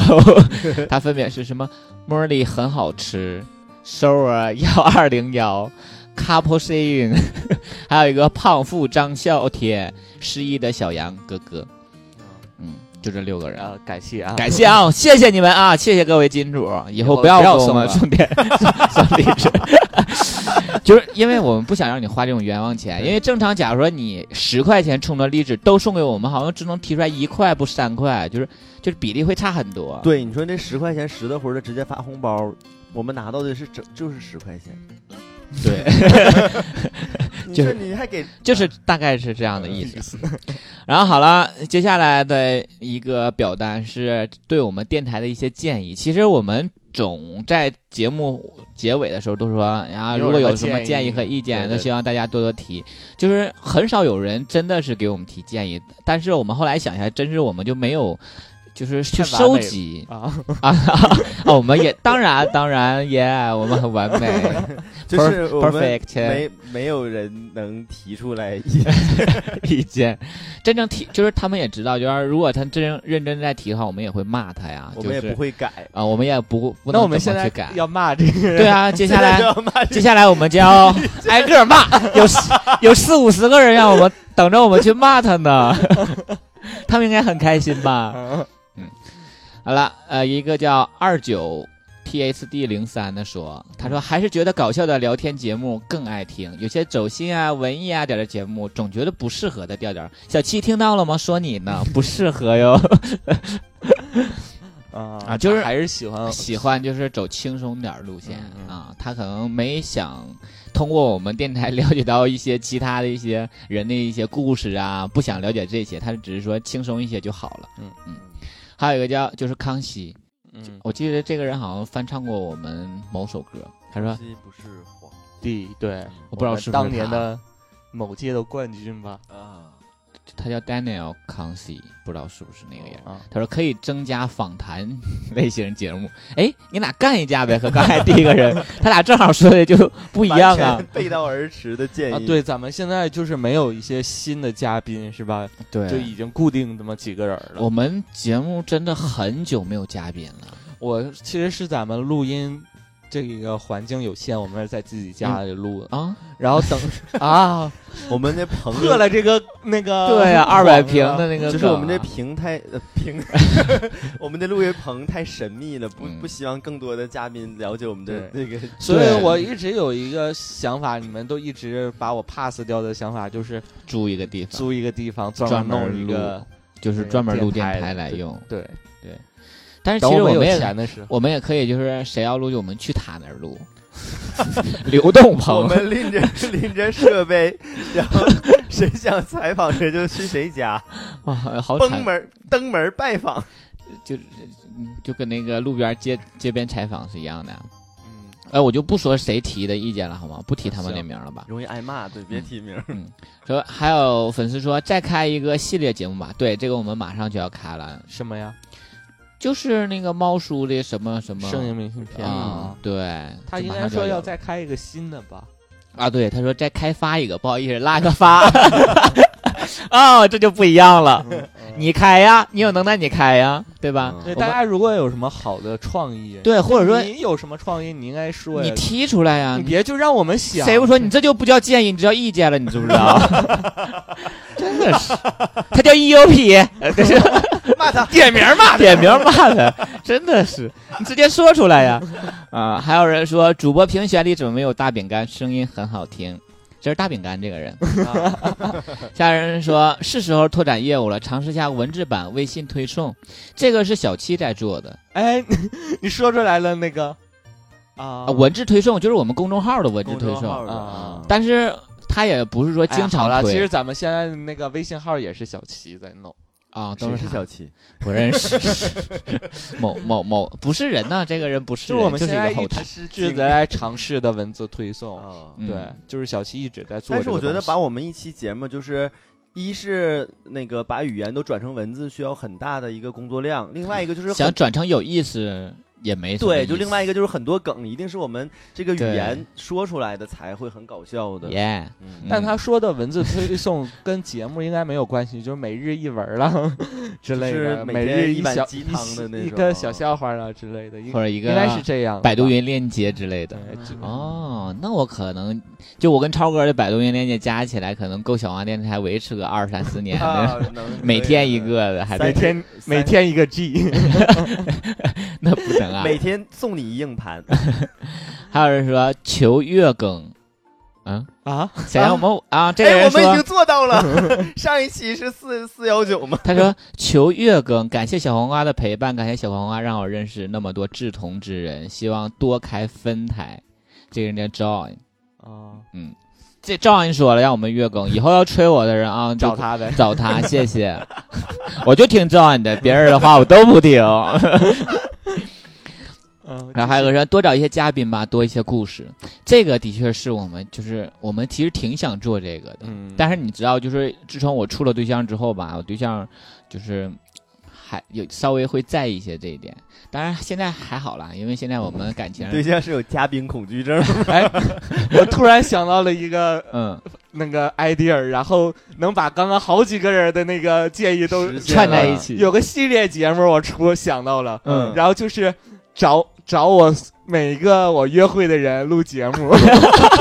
Speaker 2: 他分别是什么？茉莉很好吃，Sora 幺二零幺，Couple s i n *laughs* 还有一个胖妇张笑天，失忆的小杨哥哥，嗯，就这六个人。
Speaker 3: 啊，感谢
Speaker 2: *laughs*
Speaker 3: 啊，
Speaker 2: 感谢啊，谢谢你们啊，谢谢各位金主，以后
Speaker 3: 以后
Speaker 2: 不要
Speaker 3: 不要
Speaker 2: 给我们 *laughs*
Speaker 3: 送
Speaker 2: 送点送荔 *laughs* 枝，就是因为我们不想让你花这种冤枉钱，因为正常假如说你十块钱充的荔枝都送给我们，好像只能提出来一块不三块，就是就是比例会差很多。
Speaker 4: 对，你说这十块钱实的活的直接发红包，我们拿到的是整就是十块钱。
Speaker 2: 对，
Speaker 4: *laughs*
Speaker 2: *laughs*
Speaker 4: 你
Speaker 2: 就
Speaker 4: 说
Speaker 2: 是
Speaker 4: 你还给啊
Speaker 2: 就是大概是这样的意思。然后好了，接下来的一个表单是对我们电台的一些建议。其实我们总在节目结尾的时候都说，啊，如果有什么建议和意
Speaker 3: 对
Speaker 2: 见，
Speaker 3: 对
Speaker 2: 都希望大家多多提。就是很少有人真的是给我们提建议，但是我们后来想一下，真是我们就没有。就是去
Speaker 3: 太完美
Speaker 2: 收
Speaker 3: 了 *laughs*
Speaker 2: 集
Speaker 3: 啊，
Speaker 2: 啊啊！我们也当然当然耶我们很完美
Speaker 4: *laughs* 就是我们
Speaker 2: perfect
Speaker 4: 没没有人能提出
Speaker 2: *laughs*
Speaker 4: 来意见。
Speaker 2: 意见，真正提就是他们也知道，就是如果他真正认真在提的话，我们也会骂他呀，
Speaker 4: 我们也
Speaker 2: 就是
Speaker 4: 不会改。
Speaker 2: 啊、我们也不不
Speaker 3: 那
Speaker 2: 能
Speaker 3: 我们
Speaker 2: 怎
Speaker 3: 现
Speaker 2: 么
Speaker 3: 在
Speaker 2: 去改。
Speaker 3: 要骂这个人，
Speaker 2: 对
Speaker 3: *laughs*
Speaker 2: 啊，接下
Speaker 4: 现
Speaker 2: 来
Speaker 4: 在就要骂
Speaker 2: 接下来我们就要挨个骂，有四有四五十 *laughs* 个人让我们等着我们去骂他呢，他们应该很开心吧？
Speaker 3: 嗯，
Speaker 2: 好了，呃，一个叫二九 TSD 零三的说，他说还是觉得搞笑的聊天节目更爱听，有些走心啊、文艺啊点儿的节目，总觉得不适合的调调儿。小七听到了吗？说你呢，不适合哟。
Speaker 3: *laughs* 啊
Speaker 2: 啊就是
Speaker 3: 还是喜欢
Speaker 2: 喜欢就是走轻松点儿路线
Speaker 3: 嗯嗯
Speaker 2: 啊，他可能没想通过我们电台 *laughs* 了解到一些其他的一些人的一些故事啊，不想了解这些，他只是说轻松一些就好了。
Speaker 3: 嗯
Speaker 2: 嗯，还有一个叫就是康熙，
Speaker 3: 嗯
Speaker 2: 我记得这个人好像翻唱过我们某首歌，他说
Speaker 4: 西不是黄
Speaker 3: 地对，
Speaker 2: 我不知道是不是
Speaker 3: 当年
Speaker 2: 他
Speaker 3: 的某届的冠军吧？
Speaker 4: 啊，
Speaker 2: 他叫 Daniel 康熙，不知道是不是那个人。
Speaker 3: 啊，
Speaker 2: 他说可以增加访谈 *laughs* 类型节目，哎，你俩干一架呗，和刚才第一个
Speaker 3: *laughs*
Speaker 2: 人，他俩正好说的就不一样啊。
Speaker 4: 背道而驰的建
Speaker 3: 啊，
Speaker 4: 议，，
Speaker 3: 对，咱们现在就是没有一些新的嘉宾是吧？
Speaker 2: 对
Speaker 3: 就已经固定这么几个人了。
Speaker 2: 我们节目真的很久没有嘉宾了，
Speaker 3: 我其实是咱们录音这个环境有限，我们是在自己家里录的，
Speaker 2: 啊，
Speaker 3: 然后等啊
Speaker 4: 我们那朋友
Speaker 3: 破了这个那 *laughs* 个
Speaker 2: 对呀、二百
Speaker 3: 网
Speaker 2: 平
Speaker 3: 了
Speaker 2: 的那个梗啊，
Speaker 4: 就是我们这屏太呃屏，我们的录音棚太神秘了，不
Speaker 2: 嗯
Speaker 4: 不希望更多的嘉宾了解我们的那个
Speaker 3: 所以
Speaker 2: 对
Speaker 3: 我一直有一个想法，你们都一直把我 pass 掉的想法，就是
Speaker 2: 租一个地方，
Speaker 3: 租一个地方专
Speaker 2: 专
Speaker 3: 门弄
Speaker 2: 门
Speaker 3: 一
Speaker 2: 录
Speaker 3: 个，
Speaker 2: 就是专门录电
Speaker 3: 电
Speaker 2: 台
Speaker 3: 台的
Speaker 2: 来用。
Speaker 3: 对，
Speaker 2: 但是
Speaker 3: 等
Speaker 2: 其实
Speaker 3: 我们有
Speaker 2: 也
Speaker 3: 钱的时候，
Speaker 2: 我们也可以，就是谁要录就我们去他那儿录， *laughs* 流动
Speaker 4: 我
Speaker 2: 棚。
Speaker 4: 们拎着拎着设备，然后谁想采访谁就去谁家，
Speaker 2: *laughs* 哇，好
Speaker 4: 登
Speaker 2: 惨，
Speaker 4: 门登门拜访。
Speaker 2: 就就跟那个路边街街边采访是一样的。
Speaker 4: 嗯，
Speaker 2: 哎，我就不说谁提的意见了，好吗？不提他们那
Speaker 4: 行
Speaker 2: 名了吧。
Speaker 4: 容易挨骂，对，别提名。
Speaker 2: 说还有粉丝说再开一个系列节目吧，对，这个我们马上就要开了，
Speaker 3: 什么呀？
Speaker 2: 就是那个猫叔的什么什么
Speaker 3: 声音明信片
Speaker 2: 啊，对，
Speaker 3: 他
Speaker 2: 就
Speaker 3: 应
Speaker 2: 马
Speaker 3: 该
Speaker 2: 上就
Speaker 3: 说
Speaker 2: 有
Speaker 3: 要
Speaker 2: 了
Speaker 3: 再开一个新的吧？
Speaker 2: 啊，对，他说再开发一个，不好意思，拉个
Speaker 3: *laughs*
Speaker 2: 发，哦，这就不一样了，
Speaker 3: 嗯
Speaker 2: 你开呀，你有能耐你开呀，对吧？
Speaker 4: 嗯
Speaker 3: 对，
Speaker 2: 我
Speaker 3: 大
Speaker 2: 们
Speaker 3: 家如果有什么好的创意，，
Speaker 2: 对，或者说
Speaker 3: 你有什么创意，你应该说
Speaker 2: 你
Speaker 3: 呀，
Speaker 2: 提出来呀
Speaker 3: 你，别就让我们想。
Speaker 2: 谁不说你这就不叫建议，你这叫意见了，你知不知
Speaker 3: *laughs*
Speaker 2: 道？真的是，他叫 EUP，呃 *laughs*
Speaker 3: 哎
Speaker 2: 这是
Speaker 4: 骂他，
Speaker 2: 点名骂，点名骂他，真的是，你 *laughs* 直接说出来呀！啊，还有人说主播评选里怎么没有大饼干，声音很好听。这是大饼干这个人，下人说是时候拓展业务了，尝试下文字版微信推送，这个是小七在做的
Speaker 3: 哎，你你说出来了那个啊
Speaker 2: 啊，文字推送就是我们公众号的文字推
Speaker 4: 公众号
Speaker 2: 送，
Speaker 4: 的
Speaker 3: 啊
Speaker 2: 但是他也不是说
Speaker 3: 哎
Speaker 2: 经
Speaker 3: 好
Speaker 2: 常
Speaker 3: 了，其
Speaker 2: 推
Speaker 3: 实咱们现在那个微信号也是小齐在弄，
Speaker 2: 啊，都
Speaker 4: 谁
Speaker 2: 是
Speaker 4: 是
Speaker 2: 他
Speaker 4: 小七？
Speaker 2: 不认识，某某某不是人呐，这个人不是
Speaker 3: 就
Speaker 2: 人，
Speaker 3: 我们
Speaker 2: 就
Speaker 3: 现
Speaker 2: 是一
Speaker 3: 在
Speaker 2: 个
Speaker 3: 一
Speaker 2: 后台
Speaker 3: 直，是在尝试的文字推送。
Speaker 4: 哦
Speaker 2: 嗯
Speaker 3: 对，就是小七一直在做
Speaker 4: 但
Speaker 3: 这个
Speaker 4: 是
Speaker 3: 东
Speaker 4: 我
Speaker 3: 西。
Speaker 4: 觉得把我们一期节目就是。一是那个把语言都转成文字需要很大的一个工作量，另外一个就是很
Speaker 2: 想转成有意思也没什么
Speaker 4: 对，
Speaker 2: 意
Speaker 4: 就另
Speaker 2: 思
Speaker 4: 外一个就是很多梗一定是我们这个语
Speaker 2: 对
Speaker 4: 言说出来的才会很搞笑的。
Speaker 2: 耶，
Speaker 4: 嗯
Speaker 2: *laughs* 嗯
Speaker 3: 但他说的文字推送跟节目应该没有关系，就是每日一文
Speaker 4: *laughs*
Speaker 3: 了之类
Speaker 4: 就是
Speaker 3: 的，
Speaker 4: 每
Speaker 3: 每
Speaker 4: 天
Speaker 3: 日
Speaker 4: 一碗
Speaker 3: 小
Speaker 4: 鸡汤的那
Speaker 3: 一一
Speaker 4: 种
Speaker 3: 个小笑话啊之类的，应
Speaker 2: 或者一
Speaker 3: 应该是
Speaker 2: 个
Speaker 3: 这样的吧。
Speaker 2: 百度云链接之类的。
Speaker 3: 对这
Speaker 4: 嗯
Speaker 2: 哦，那我可能就我跟超哥的百度云链接加起来，可能够小王电台维持个二三四年的，
Speaker 4: *laughs* 啊，能
Speaker 2: 每天一，个的，还
Speaker 4: 三
Speaker 3: 每
Speaker 2: 得
Speaker 4: 个
Speaker 3: 天
Speaker 4: 三
Speaker 3: 每天一个
Speaker 4: *laughs*
Speaker 3: G，
Speaker 2: *laughs* 那不能
Speaker 4: 可以
Speaker 2: 啊。
Speaker 4: 每天送你一硬盘，
Speaker 2: 还有人说求月
Speaker 4: *laughs*
Speaker 2: 更，嗯，
Speaker 3: *laughs* 啊，
Speaker 2: 想让我们啊，这个
Speaker 4: 哎，我
Speaker 2: 人
Speaker 4: 们已
Speaker 2: 说
Speaker 4: 经做到
Speaker 2: *laughs*
Speaker 4: 了。上一期是四四幺九嘛，
Speaker 2: 他说求月更，感谢小黄瓜的陪伴，感谢小黄瓜让我认识那么多志同之人，希望多开分台。这个人叫 John，
Speaker 4: 哦
Speaker 3: 啊，
Speaker 2: 这 John 说了让我们月更，以后要催我的人啊，就
Speaker 3: 找他呗。
Speaker 2: 找他， *laughs* 谢谢。我就听 John 的，别人的话我都不
Speaker 3: *laughs*
Speaker 2: 听。
Speaker 3: 嗯，
Speaker 2: 然后还有个人多找一些嘉宾吧，多一些故事。这个的确是我们，就是我们其实挺想做这个的，
Speaker 3: 嗯，
Speaker 2: 但是你知道，就是自从我处了对象之后吧，我对象就是还有稍微会在意一些这一点。当然现在还好啦，因为现在我们感情
Speaker 4: 对象是有嘉宾恐惧症，
Speaker 3: 我突然想到了一个
Speaker 2: 嗯
Speaker 3: 那个 idea，然后能把刚刚好几个人的那个建议都
Speaker 4: 实现
Speaker 2: 串在一起。
Speaker 3: 有个系列节目，我出想到了，
Speaker 2: 嗯
Speaker 3: 然后就是找找我每个我约会的人录节目，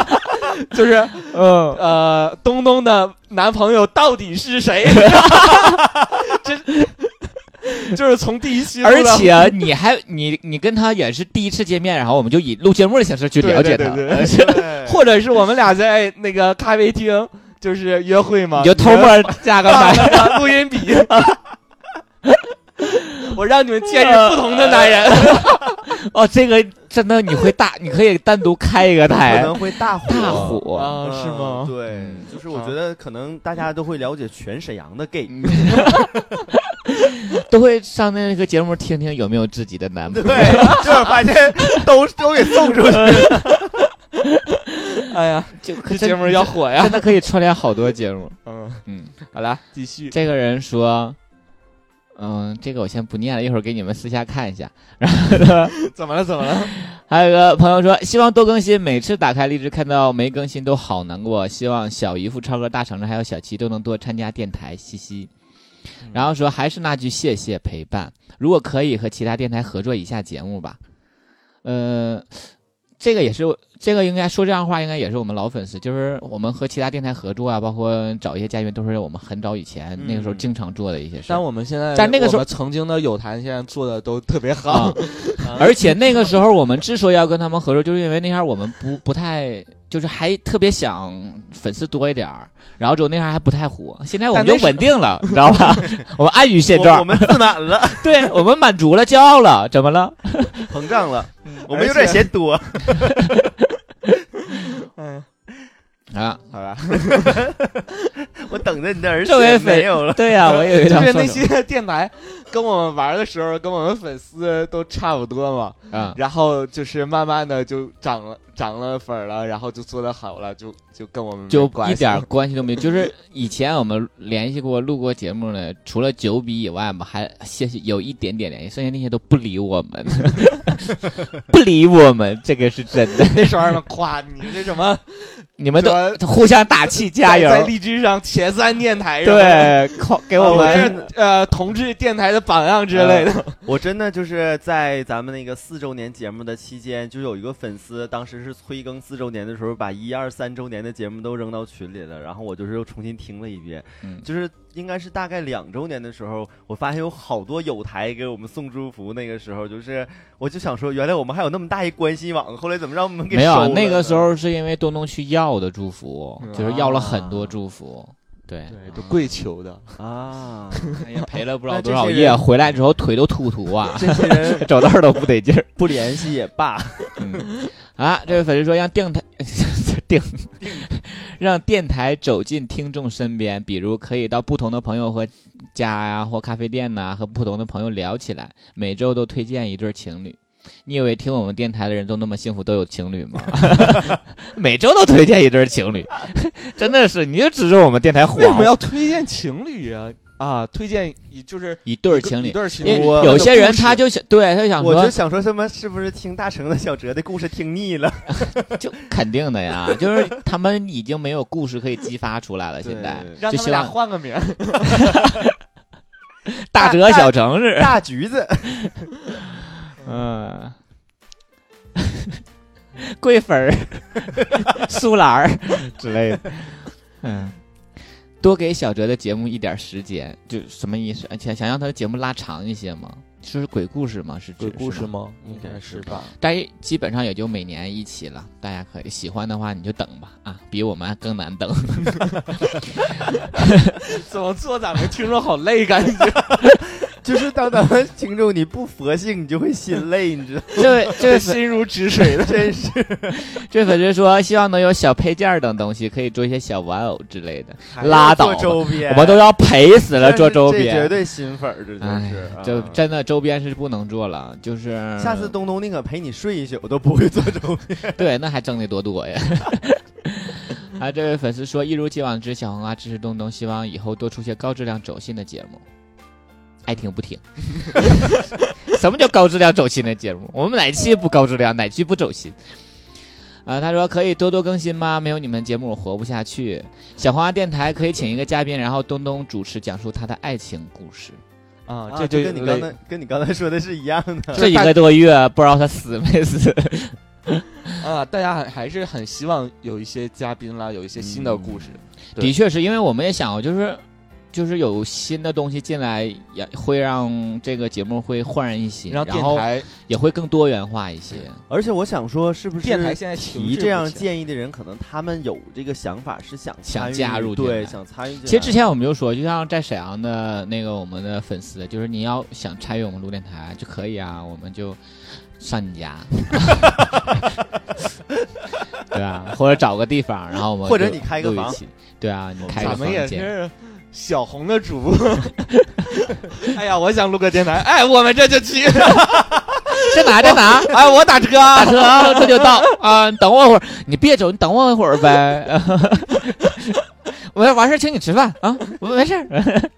Speaker 3: *laughs* 就是
Speaker 2: 嗯，
Speaker 3: 呃，东 *laughs* 东的男朋友到底是谁？这就是从第一期，
Speaker 2: 而且你还你你跟他也是第一次见面，然后我们就以录节目的形式去了解他，
Speaker 3: 对对对对或者是我们俩在那个咖啡厅就是约会嘛，
Speaker 2: 你就偷摸加
Speaker 3: *laughs*
Speaker 2: 个麦，
Speaker 3: 录
Speaker 2: *laughs*
Speaker 3: 音笔， *laughs* 我让你们见识不同的男人。
Speaker 2: *laughs* 哦，这个真的你会
Speaker 3: *laughs*
Speaker 2: 大，你可以单独开一个
Speaker 4: 可
Speaker 2: 台，
Speaker 4: 能会大火
Speaker 2: 大火。
Speaker 3: 啊，
Speaker 4: 嗯
Speaker 3: 是吗？
Speaker 4: 对，就是我觉得可能大家都会了解全沈阳的 gay，
Speaker 2: 嗯都会上那个节目听听有没有自己的男朋友。
Speaker 4: *laughs* 对，就是发现都都给送出
Speaker 2: *laughs*
Speaker 4: 去了。
Speaker 3: *laughs* 哎呀，
Speaker 2: 就
Speaker 3: *laughs* 这节目要火呀！
Speaker 2: 真的可以串联好多节目。
Speaker 3: *laughs* 嗯，
Speaker 2: 嗯，
Speaker 3: *laughs* 好了，继续。
Speaker 2: 这个人说，嗯，这个我先不念了，一会儿给你们私下看一下。
Speaker 3: *laughs* 怎么了？怎么了？
Speaker 2: 还有一个朋友说，希望多更新，每次打开荔枝看到没更新都好难过。希望小姨夫、超哥、大橙子还有小七都能多参加电台，嘻嘻。然后说，还是那句谢谢陪伴，如果可以和其他电台合作一下节目吧。呃，这个也是，这个应该说这样话，应该也是我们老粉丝，就是我们和其他电台合作啊，包括找一些嘉宾，都是我们很早以前、
Speaker 4: 嗯
Speaker 2: 那个时候经常做的一些事
Speaker 3: *laughs* 但
Speaker 2: 儿。
Speaker 3: 我们现在，
Speaker 2: 但那个时候
Speaker 3: 我们曾经的有谈，现在做的都特别
Speaker 2: *laughs* 啊
Speaker 3: 好。，
Speaker 2: 而且那个时候我们之所以要跟他们合作，就是因为那天我们不不太，就是还特别想粉丝多一点儿，然后之后那天还不太火，现在我们就
Speaker 3: 但那时
Speaker 2: 稳定 *laughs* 了，你知道吧？我们安于现
Speaker 4: 我我
Speaker 2: 状，
Speaker 4: 们自满了，
Speaker 2: 对我们满足了，骄傲了，怎么了？
Speaker 4: 膨胀了，
Speaker 3: 嗯
Speaker 4: 我
Speaker 3: 而
Speaker 4: 们有点
Speaker 3: 且
Speaker 4: 嫌多。
Speaker 3: 嗯，
Speaker 2: *laughs* 啊，
Speaker 3: 好了，
Speaker 4: 我等着你的儿
Speaker 2: 这位
Speaker 4: 子
Speaker 2: 粉
Speaker 4: 没有了，
Speaker 2: 对呀、我也有一
Speaker 3: 就
Speaker 2: 点
Speaker 3: 是那些电台跟我们玩的时候，跟我们粉丝都差不多嘛。
Speaker 2: *laughs* 啊，
Speaker 3: 然后就是慢慢的就涨了，涨了粉儿了，然后就做的好了，就就跟我们没
Speaker 2: 就
Speaker 3: 关
Speaker 2: 一
Speaker 3: 系了
Speaker 2: 点关系都没有。就是以前我们联系过、录过节目呢，除了九比以外嘛，还些许有一点点联系，剩下那些都不理我们， *laughs* 不理我们，这个是真的。
Speaker 3: *laughs*
Speaker 2: *laughs*
Speaker 3: 那时候还能夸你这什么
Speaker 2: 你们都
Speaker 3: 哎对
Speaker 2: 互相打气加油，
Speaker 3: 在荔枝上前三电台什么的，
Speaker 2: 对，靠给
Speaker 4: 啊
Speaker 2: 我
Speaker 3: 我们嗯
Speaker 2: 们
Speaker 3: 是呃同志电台的榜样之类的。
Speaker 4: 我真的就是在咱们那个四周年节目的期间，就有一个粉丝，当时是催更四周年的时候，把一二三周年的节目都扔到群里了，然后我就是又重新听了一遍，
Speaker 2: 嗯
Speaker 4: 就是应该是大概两周年的时候，我发现有好多友台给我们送祝福，那个时候就是我就想说，原来我们还有那么大一关系网，后来怎么让我们给
Speaker 2: 没有啊
Speaker 4: 收了
Speaker 2: 那个
Speaker 4: 呢
Speaker 2: 时候是因为东东去要的祝福，
Speaker 3: 嗯
Speaker 2: 就是要了很多祝福，对，
Speaker 3: 对，都跪求的，
Speaker 4: 啊，
Speaker 2: *laughs* 也赔了不知
Speaker 4: 那
Speaker 2: 道
Speaker 4: 这
Speaker 2: 多少
Speaker 4: 些
Speaker 2: 夜，
Speaker 4: 人
Speaker 2: 回来之后腿都突突 *laughs* 啊，
Speaker 4: 这些人
Speaker 2: 走道儿都不得劲儿。
Speaker 4: 不联系也罢，
Speaker 2: 嗯，啊，这位粉丝说让电台定让电台走进听众身边，比如可以到不同的朋友和家呀、或咖啡店呐、和不同的朋友聊起来。每周都推荐一对情侣，你以为听我们电台的人都那么幸福，都有情侣吗？ *laughs* 每周都推荐一对情侣，真的是你就指着我们电台
Speaker 3: 为什么
Speaker 2: 晃
Speaker 3: 要推荐情侣啊？啊，推荐一就是
Speaker 2: 一对情
Speaker 3: 一
Speaker 2: 侣。
Speaker 3: 对情
Speaker 2: 因
Speaker 3: 侣
Speaker 2: 为
Speaker 4: 我，
Speaker 2: 有些人他就想，对，他就想
Speaker 4: 我
Speaker 2: 说
Speaker 4: 就，想说，他们是不是听大成的小哲的故事听腻了？
Speaker 2: 就肯定的呀，就是他们已经没有故事可以激发出来了。现在
Speaker 4: 对
Speaker 3: 让
Speaker 2: 就
Speaker 3: 他们
Speaker 2: 希
Speaker 3: 俩
Speaker 2: 望
Speaker 3: 换个名儿，
Speaker 2: 大哲小城市，
Speaker 4: 大橘子， *laughs*
Speaker 2: 嗯，桂粉儿、苏兰儿 *laughs* 之类的，嗯，多给小哲的节目一点时间，就什么意思？想想让他的节目拉长一些嘛，就是鬼故事嘛，是
Speaker 3: 鬼故事？
Speaker 2: 是吗
Speaker 3: 吗？
Speaker 4: 应该是
Speaker 3: 吧。
Speaker 2: 但是基本上也就每年一期了，大家可以喜欢的话你就等吧，啊，比我们更难 *laughs* 等。
Speaker 3: *laughs* 怎么做咱们听众好
Speaker 2: *laughs*
Speaker 3: 累，感觉
Speaker 4: 就是当咱们听众你不佛性，你就会心累，你知道？
Speaker 2: 这位这位粉
Speaker 3: 心如止水的。
Speaker 4: 真是
Speaker 2: 这位粉丝说，希望能有小配件儿等东西，可以做一些小玩偶之类的。 *laughs* 拉倒吧
Speaker 4: 做周边，
Speaker 2: 我们都要赔死了
Speaker 4: 但是
Speaker 2: 做周
Speaker 4: 这绝
Speaker 2: 边，
Speaker 4: 对新粉儿，这
Speaker 2: 哎
Speaker 4: 就是。啊
Speaker 2: 就真的周边是不能做了，就是
Speaker 4: 下次东东宁可陪你睡一宿，都不会做周边。
Speaker 2: 对，那还挣得多多呀。 *laughs* 啊，这位粉丝说，一如既往支持小红花，支持东东，希望以后多出些高质量走心的节目，爱听不听。 *laughs* 什么叫高质量走心的节目？我们哪期不高质量，哪期不走心？啊，他说可以多多更新吗？没有你们节目我活不下去。小黄花电台可以请一个嘉宾，然后东东主持，讲述他的爱情故事。
Speaker 3: *laughs* 啊，
Speaker 4: 啊
Speaker 3: 这就
Speaker 4: 跟你刚才跟你刚才说的是一样的。 *laughs*
Speaker 2: 这一个多月不知道他死没 *laughs* 死。
Speaker 3: 啊，大家还还是很希望有一些嘉宾啦，有一些新的故事。对
Speaker 2: 的确是因为我们也想过，就是就是有新的东西进来，也会让这个节目会焕一新，
Speaker 3: 让
Speaker 2: 嗯然
Speaker 3: 电
Speaker 2: 后
Speaker 3: 台
Speaker 2: 也会更多元化一些。
Speaker 4: 而且我想说，是不是
Speaker 3: 电台现在停滞
Speaker 4: 提
Speaker 3: 不
Speaker 4: 这样
Speaker 3: 前
Speaker 4: 建议的人，可能他们有这个想法，是想
Speaker 2: 想
Speaker 4: 参与
Speaker 2: 加入进
Speaker 4: 对，
Speaker 2: 来
Speaker 4: 想参与进来。
Speaker 2: 其实之前我们就说，就像在沈阳的那个我们的粉丝，就是你要想参与我们录电台就可以啊，我们就上你家，对啊，或者找个地方，然后我们
Speaker 4: 或者
Speaker 2: 就
Speaker 4: 你开个
Speaker 2: 录一
Speaker 4: 房
Speaker 2: 期，对啊，你开个房
Speaker 3: 咱们也
Speaker 2: 间
Speaker 3: 是小红的主播。 *laughs* 哎呀，我想录个电台，哎，我们这就去，
Speaker 2: 在哪在哪？
Speaker 3: 哎，我打车
Speaker 2: 打
Speaker 3: 啊，
Speaker 2: 车这就到啊！你等我一会儿，你别走，你等我一会儿呗。 *laughs* 我要完事儿请你吃饭啊，我没事儿。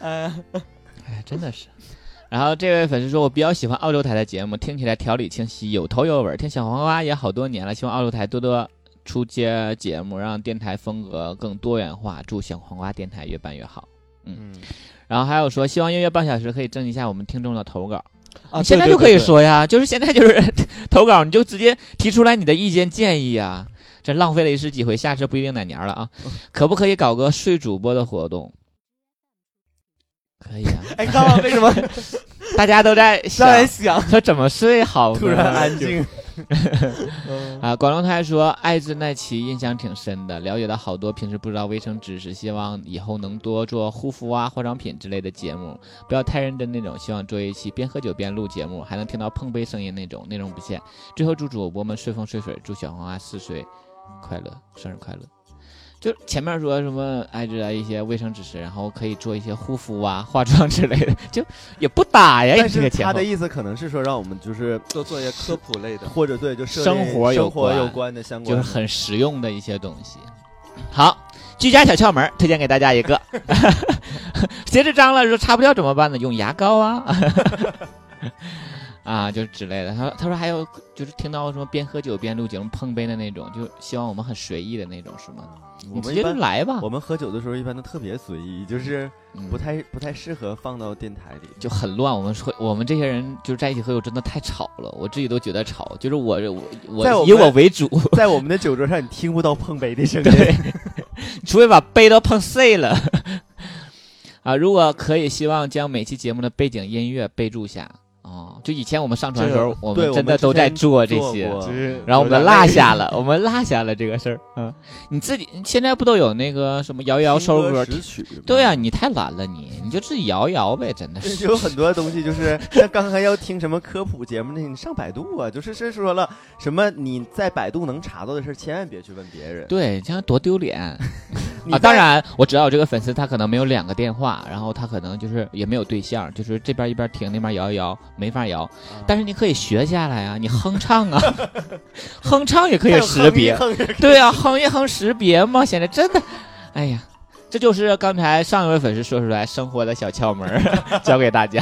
Speaker 2: 哎，真的是。然后这位粉丝说：“我比较喜欢澳洲台的节目，听起来条理清晰，有头有尾。听小黄瓜也好多年了，希望澳洲台多多出街节目，让电台风格更多元化。祝小黄瓜电台越办越好。
Speaker 3: 嗯
Speaker 2: 然后还有说，希望音乐半小时可以挣一下我们听众的投稿。
Speaker 3: 啊
Speaker 2: 你现在就可以，说呀， *laughs* 就是现在就是投稿，你就直接提出来你的意见建议啊，这浪费了一次机会，下次不一定哪年了啊，
Speaker 4: 哦
Speaker 2: 可不可以搞个睡主播的活动？可以啊，
Speaker 3: 对对对哎，刚
Speaker 2: *laughs*
Speaker 3: 刚为什么
Speaker 2: 大家都在
Speaker 3: 突
Speaker 2: 想
Speaker 3: 然想，
Speaker 2: 说怎么睡好呢，
Speaker 4: 突然
Speaker 2: *laughs*
Speaker 4: 安静，
Speaker 3: 嗯
Speaker 2: 啊，广东台说爱之奈奇印象挺深的，了解到好多平时不知道卫生知识，希望以后能多做护肤啊、化妆品之类的节目，不要太认真那种。希望做一期边喝酒边录节目，还能听到碰杯声音那种，内容不限。最后祝主播们顺风顺水，祝小黄花四岁快乐，生日快乐。就前面说什么爱之啊一些卫生知识，然后可以做一些护肤啊、化妆之类的，就也不搭呀。
Speaker 4: 但
Speaker 2: 哎你这
Speaker 4: 是
Speaker 2: 个前
Speaker 4: 他
Speaker 2: 后
Speaker 4: 的意思可能是说，让我们就是
Speaker 3: 多做一些科普类的。
Speaker 4: 或者对，就设
Speaker 2: 生
Speaker 4: 立
Speaker 2: 活有
Speaker 4: 生活
Speaker 2: 关
Speaker 4: 有关的相关
Speaker 2: 就是
Speaker 4: 的，
Speaker 2: 很实用的一些东西。好，居家小窍门儿推荐给大家一个， *laughs* 鞋子脏了说擦不掉怎么办呢？用牙膏啊， *laughs* 啊，就是之类的。他他说还有就是听到什么边喝酒边录节目碰杯的那种，就希望我们很随意的那种，是吗？
Speaker 4: 我
Speaker 2: 你直
Speaker 4: 们
Speaker 2: 接就
Speaker 4: 一般
Speaker 2: 来吧，
Speaker 4: 我们喝酒的时候一般都特别随意，就是
Speaker 2: 嗯
Speaker 4: 不太不太适合放到电台里。
Speaker 2: 就很乱。我们说我们这些人就是在一起喝酒真的太吵了，我自己都觉得吵，就是我我
Speaker 4: 在
Speaker 2: 我
Speaker 4: 我们
Speaker 2: 以我为主，
Speaker 4: 在我们的酒桌上，你听不到碰杯的声音。
Speaker 2: *laughs* 对，除非把杯都碰碎了。 *laughs* 啊，如果可以，希望将每期节目的背景音乐备注下。哦，就以前我们上传的时候，我
Speaker 4: 对
Speaker 2: 们
Speaker 4: 我
Speaker 2: 真
Speaker 4: 们
Speaker 2: 的
Speaker 4: 之
Speaker 2: 都在
Speaker 4: 前
Speaker 2: 做这
Speaker 4: 做
Speaker 2: 些，
Speaker 4: 过
Speaker 3: 就是
Speaker 2: 然后我
Speaker 3: 有
Speaker 2: 们
Speaker 3: 点
Speaker 2: 落
Speaker 3: 累
Speaker 2: 下了， *laughs* 我们落下了这个事儿。嗯，你自己现在不都有那个什么摇一摇收
Speaker 4: 听
Speaker 2: 歌？
Speaker 4: 识曲嘛。
Speaker 2: 对啊，你太懒了你，你就自己摇一摇呗，真的 *laughs* 是。
Speaker 4: 有很多东西，就是像刚才要听什么科普节目那，你上百度啊，就是是说了什么你在百度能查到的事儿，千万别去问别人。
Speaker 2: 对，这样多丢脸。
Speaker 4: 你
Speaker 2: 啊，
Speaker 4: 在
Speaker 2: 当，然，我知道有这个粉丝他可能没有两个电话，然后他可能就是也没有对象，就是这边一边听，那边摇一摇，没法摇。但是你可以学下来啊，你哼唱 *laughs* 啊，哼唱也可以识别。
Speaker 4: 还有哼一哼
Speaker 2: 对啊，哼一哼识别嘛，现在真的，哎呀，这就是刚才上一位粉丝说出来生活的小窍门儿， *laughs* 教给大家。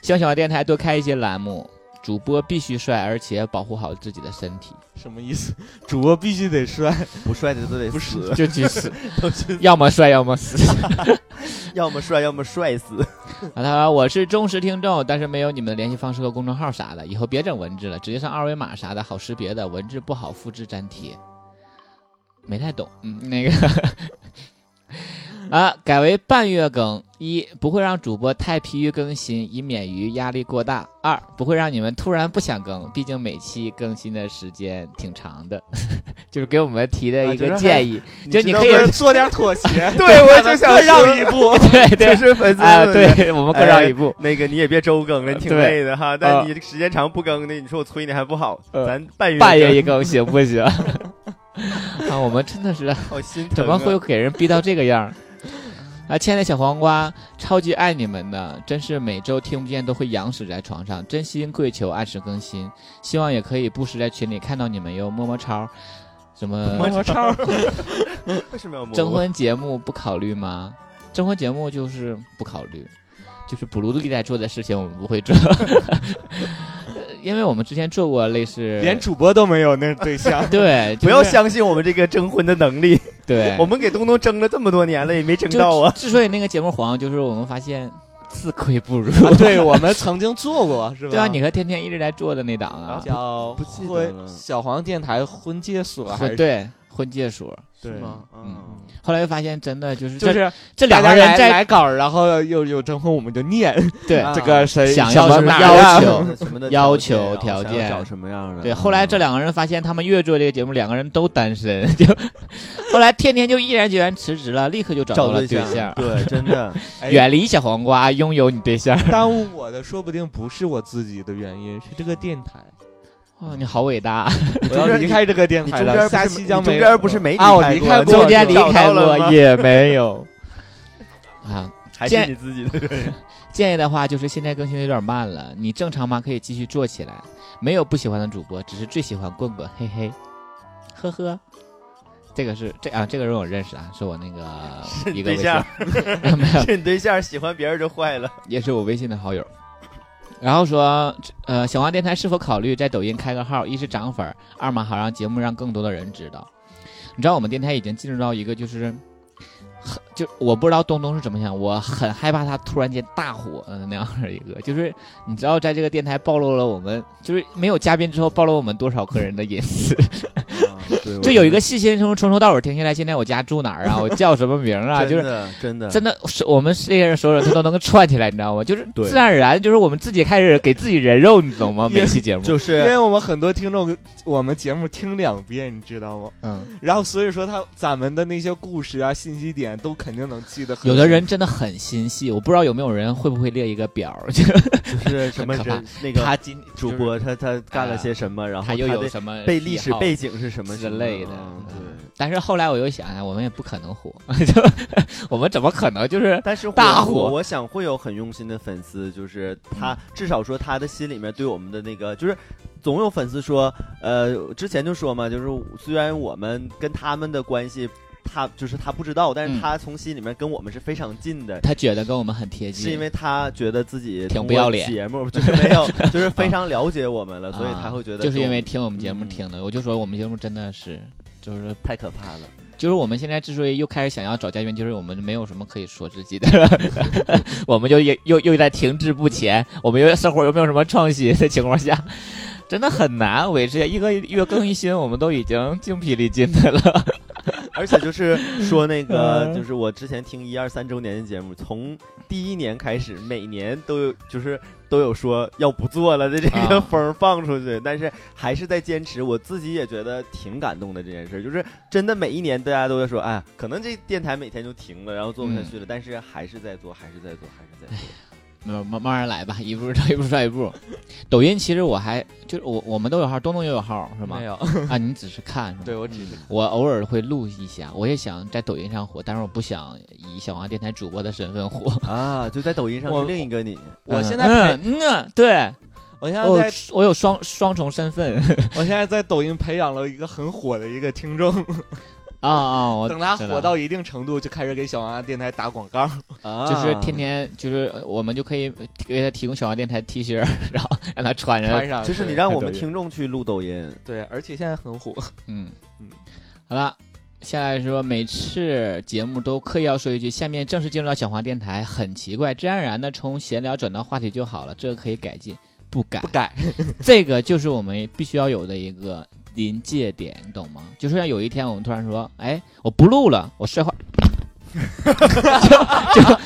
Speaker 2: 希望小电台多开一些栏目，主播必须帅，而且保护好自己的身 *laughs* 体，
Speaker 3: 什么意思？ *laughs* 主播必须得帅，
Speaker 4: 不帅的都得
Speaker 3: 不
Speaker 4: 死，
Speaker 2: 就去死，
Speaker 4: 都是
Speaker 2: 要么帅要么死。
Speaker 4: 要么帅，要么帅死。
Speaker 2: 啊，他说我是忠实听众，但是没有你们的联系方式和公众号啥的，以后别整文字了，直接上二维码啥的，好识别的，文字不好复制粘贴。没太懂，嗯，那个 *laughs* 啊，改为半月更，一不会让主播太疲于更新，以免于压力过大；二不会让你们突然不想更，毕竟每期更新的时间挺长的， *laughs* 就是给我们提的
Speaker 4: 啊
Speaker 2: 一
Speaker 4: 就
Speaker 2: 个
Speaker 4: 是
Speaker 2: 建
Speaker 4: *laughs*
Speaker 2: 议，就
Speaker 4: 知
Speaker 2: 你
Speaker 4: 道
Speaker 2: 可以
Speaker 4: 吗，
Speaker 3: 就是 *laughs* 做点妥 *laughs* 协
Speaker 4: 对我就想
Speaker 3: 各
Speaker 4: 说
Speaker 3: 让一步。
Speaker 2: *laughs* 对对
Speaker 4: 就，是粉丝
Speaker 2: 啊，
Speaker 4: 们
Speaker 2: 对我们各让一步。
Speaker 4: 那个你也别周更了，你挺
Speaker 2: 对啊
Speaker 4: 累的哈。但你时间长不更的，你说我催你还不好，
Speaker 2: 呃
Speaker 4: 咱半月
Speaker 2: 半夜
Speaker 4: 更
Speaker 2: 一更行不 *laughs* 行？啊，我们真的 *laughs* 是
Speaker 4: 好心疼
Speaker 2: 怎么
Speaker 4: 啊。
Speaker 2: 会给人逼到这个 *laughs* 样儿？啊，亲爱的小黄瓜，超级爱你们的，真是每周听不见都会仰死在床上，真心跪求按时更新，希望也可以不时在群里看到你们哟，么么超，什么
Speaker 3: 我超
Speaker 4: 为什么要摸我
Speaker 2: 征婚节目不考虑吗？征婚节目就是不考虑，就是补录力在做的事情我们不会 *laughs* 做，呃因为我们之前做过类似，，
Speaker 3: 连主播都没有那对象 *laughs*
Speaker 2: 对，就
Speaker 4: 不要
Speaker 2: 是
Speaker 4: 相信我们这个征婚的能力，
Speaker 2: 对，
Speaker 4: 我们给东东争了这么多年了，也没争
Speaker 2: 就
Speaker 4: 到啊。
Speaker 2: 之所以那个节目黄，就是我们发现自愧不
Speaker 3: *laughs*
Speaker 2: 如。
Speaker 3: 啊对我们曾经做过，是吧？
Speaker 2: 对啊，你和天天一直在做的那档啊，
Speaker 3: 啊叫
Speaker 4: 不记得
Speaker 3: 婚
Speaker 4: 了
Speaker 3: 小黄电台婚介所还
Speaker 2: 婚
Speaker 3: 是
Speaker 2: 对婚介属。
Speaker 3: 对
Speaker 4: 是吗？
Speaker 2: 嗯
Speaker 4: 嗯，
Speaker 2: 后来又发现，真的就是这
Speaker 3: 就是
Speaker 2: 这
Speaker 3: 大
Speaker 2: 两
Speaker 3: 家
Speaker 2: 个人
Speaker 3: 来
Speaker 2: 在
Speaker 3: 来稿儿，然后有有征婚，我们就念
Speaker 2: 对
Speaker 4: 啊
Speaker 3: 这个谁
Speaker 2: 想
Speaker 3: 什
Speaker 2: 要什么
Speaker 3: 哪
Speaker 2: 要
Speaker 3: 样
Speaker 2: 求
Speaker 4: 什么的
Speaker 2: 要
Speaker 4: 件
Speaker 2: 求
Speaker 4: 啊
Speaker 2: 条
Speaker 4: 想
Speaker 3: *laughs*
Speaker 4: 要
Speaker 2: 件
Speaker 4: 找什么样的？
Speaker 2: 对，后来这
Speaker 4: 嗯
Speaker 2: 两个人发现他们越做这个节目，两个人都单身，就后来天天就毅然决然辞职了，立刻就找到
Speaker 4: 找
Speaker 2: 了
Speaker 4: 对
Speaker 2: 象，
Speaker 4: 啊对，
Speaker 2: *laughs*
Speaker 4: 真的
Speaker 3: 哎
Speaker 2: 远离小黄瓜，拥有你对象。
Speaker 3: 耽误我的，说不定不是我自己的原因，是这个电台。 *laughs*
Speaker 2: 哇，哦你好伟大！啊
Speaker 4: 我要
Speaker 3: 中间离开这个电
Speaker 4: 你
Speaker 3: 台
Speaker 4: 中间不
Speaker 3: 了，
Speaker 4: 是
Speaker 3: 下
Speaker 4: 没
Speaker 3: 期
Speaker 4: 你
Speaker 3: 将
Speaker 4: 中
Speaker 3: 没
Speaker 4: 间不是没
Speaker 3: 啊，我
Speaker 4: 离
Speaker 3: 离
Speaker 4: 开
Speaker 3: 开
Speaker 4: 过
Speaker 3: 过，
Speaker 2: 中间离
Speaker 3: 找
Speaker 2: 开
Speaker 3: 到了
Speaker 2: 过
Speaker 3: 吗
Speaker 2: 也没有啊。
Speaker 4: 还
Speaker 2: 见
Speaker 4: 是你自己的人，
Speaker 2: 建议的话就是现在更新的有点慢了，你正常嘛可以继续做起来，没有不喜欢的主播，只是最喜欢棍棍，嘿嘿，呵呵。这个是这啊，这个人我认识啊，是我那
Speaker 4: *laughs*
Speaker 2: 个 *laughs* 一个微
Speaker 4: 对
Speaker 2: 信
Speaker 4: 象，
Speaker 2: *laughs* 没有，
Speaker 4: 是你对象喜欢别人就坏了。
Speaker 2: 也是我微信的好友。然后说，呃，小黄电台是否考虑在抖音开个号？一是涨粉儿，二嘛好让节目让更多的人知道。你知道我们电台已经进入到一个就是，很就我不知道东东是怎么想，我很害怕他突然间大火的那样的一个，就是你知道在这个电台暴露了我们就是没有嘉宾之后暴露我们多少个人的隐私。
Speaker 4: 对
Speaker 2: 就有一个细心从从头到尾听下来，现在我家住哪儿啊？我叫什么名
Speaker 4: *laughs*
Speaker 2: 儿啊？就是
Speaker 4: 真的真的
Speaker 2: 真的是我们这些人所有人他都能够串起来，你知道吗？就是
Speaker 4: 对
Speaker 2: 自然而然，就是我们自己开始给自己人肉，你懂吗？
Speaker 3: 也
Speaker 2: 每期节目，
Speaker 4: 就
Speaker 3: 因
Speaker 4: 是
Speaker 3: 为我们很多听众，我们节目听两遍，你知道吗？ *laughs*
Speaker 2: 嗯，
Speaker 3: 然后所以说他咱们的那些故事啊、信息点都肯定能记得很清楚。
Speaker 2: 有的人真的很心细，我不知道有没有人会不会列一个表 *laughs* 儿，就是
Speaker 4: 就是什么
Speaker 2: 很可怕
Speaker 4: 人那个
Speaker 2: 他今
Speaker 4: 主
Speaker 2: 就是啊
Speaker 4: 播他他干了些什么，然后
Speaker 2: 他又
Speaker 4: 的
Speaker 2: 有什么
Speaker 4: 被
Speaker 2: 癖
Speaker 4: 历史
Speaker 2: 好
Speaker 4: 背景是什么
Speaker 2: 之类的
Speaker 4: 嗯对，
Speaker 2: 但是后来我又想，哎，我们也不可能火， *laughs* 就我们怎么可能就是
Speaker 4: 但是
Speaker 2: 大
Speaker 4: 我
Speaker 2: 火嗯
Speaker 4: 我想会有很用心的粉丝，就是他至少说他的心里面对我们的那个，就是总有粉丝说，呃，之前就说嘛，就是虽然我们跟他们的关系，他就是他不知道，但
Speaker 2: 嗯
Speaker 4: 是他从心里面跟我们是非常近的，
Speaker 2: 他觉得跟我们很贴近，
Speaker 4: 是因为他觉得自己
Speaker 2: 挺
Speaker 4: 通
Speaker 2: 不要
Speaker 4: 过
Speaker 2: 脸 *laughs*
Speaker 4: 节目就是没有，就是非常了解我们了，所以
Speaker 2: 啊
Speaker 4: 他会觉得
Speaker 2: 就是因
Speaker 4: 说
Speaker 2: 为听我们节目
Speaker 4: 嗯
Speaker 2: 听的，我就说我们节目真的是。就是
Speaker 4: 太可怕了。
Speaker 2: 就是我们现在之所以又开始想要找嘉宾，就是我们没有什么可以说自己的， *laughs* 我们就也又又在停滞不前，我们又生活又没有什么创新的情况下，真的很难维持。一个月更一新，我们都已经精疲力尽的了。
Speaker 3: *laughs*
Speaker 4: 而且就是说那
Speaker 2: *laughs* 嗯
Speaker 4: 个，就是我之前听一二三周年的节目，从第一年开始，每年都有就是都有说要不做了的这
Speaker 2: 啊
Speaker 4: 个风儿放出去，但是还是在坚持。我自己也觉得挺感动的这件事儿，就是真的每一年大家都在说，哎呀，可能这电台每天就停了，然后做不下去了，
Speaker 2: 嗯
Speaker 4: 但是还是在做，还是在做，还是在
Speaker 2: 哎
Speaker 4: 做。
Speaker 2: 慢慢慢来吧，一步一步算一步。抖音其实我还就是我我们都有号，东东也有嗯号是吗 *laughs*
Speaker 3: 没？有，
Speaker 2: 啊，你只是看是吗？
Speaker 3: 对我只是
Speaker 2: 我偶尔会录一下，我也想在抖音上火，但是我不想以小黄电台主播的身份火。
Speaker 4: 啊，就在抖音上
Speaker 3: 我
Speaker 4: 是另一个你，
Speaker 3: 我现在培，
Speaker 2: 嗯嗯，对，
Speaker 3: 我现在
Speaker 2: 我
Speaker 3: 在
Speaker 2: 哦我有双双重身份 *laughs*
Speaker 3: 我现在在抖音培养了一个很火的一个听众，
Speaker 2: 啊啊！我
Speaker 3: *laughs* 等他
Speaker 2: 知
Speaker 3: 火
Speaker 2: 道
Speaker 3: 到一定程度，就开始给小王安电台打广告。
Speaker 4: 啊
Speaker 2: 就是天天就是呃我们就可以给他提供小王电台 T 恤，然后让他穿
Speaker 3: 穿
Speaker 2: 着。
Speaker 3: 上，
Speaker 4: 就是你
Speaker 3: 对
Speaker 4: 让我们听众去录抖
Speaker 2: *laughs*
Speaker 4: 音，
Speaker 3: 对，而且现在很火。
Speaker 2: 嗯
Speaker 3: 嗯，
Speaker 2: 好了。下来说，每次节目都刻意要说一句，下面正式进入到小黄电台，很奇怪，自然而然的从闲聊转到话题就好了，这个可以改进，不改，*laughs*
Speaker 3: 不改，
Speaker 2: 这个就是我们必须要有的一个临界点，你懂吗？就是要有一天我们突然说，哎，我不录了，我摔坏， *laughs* 就就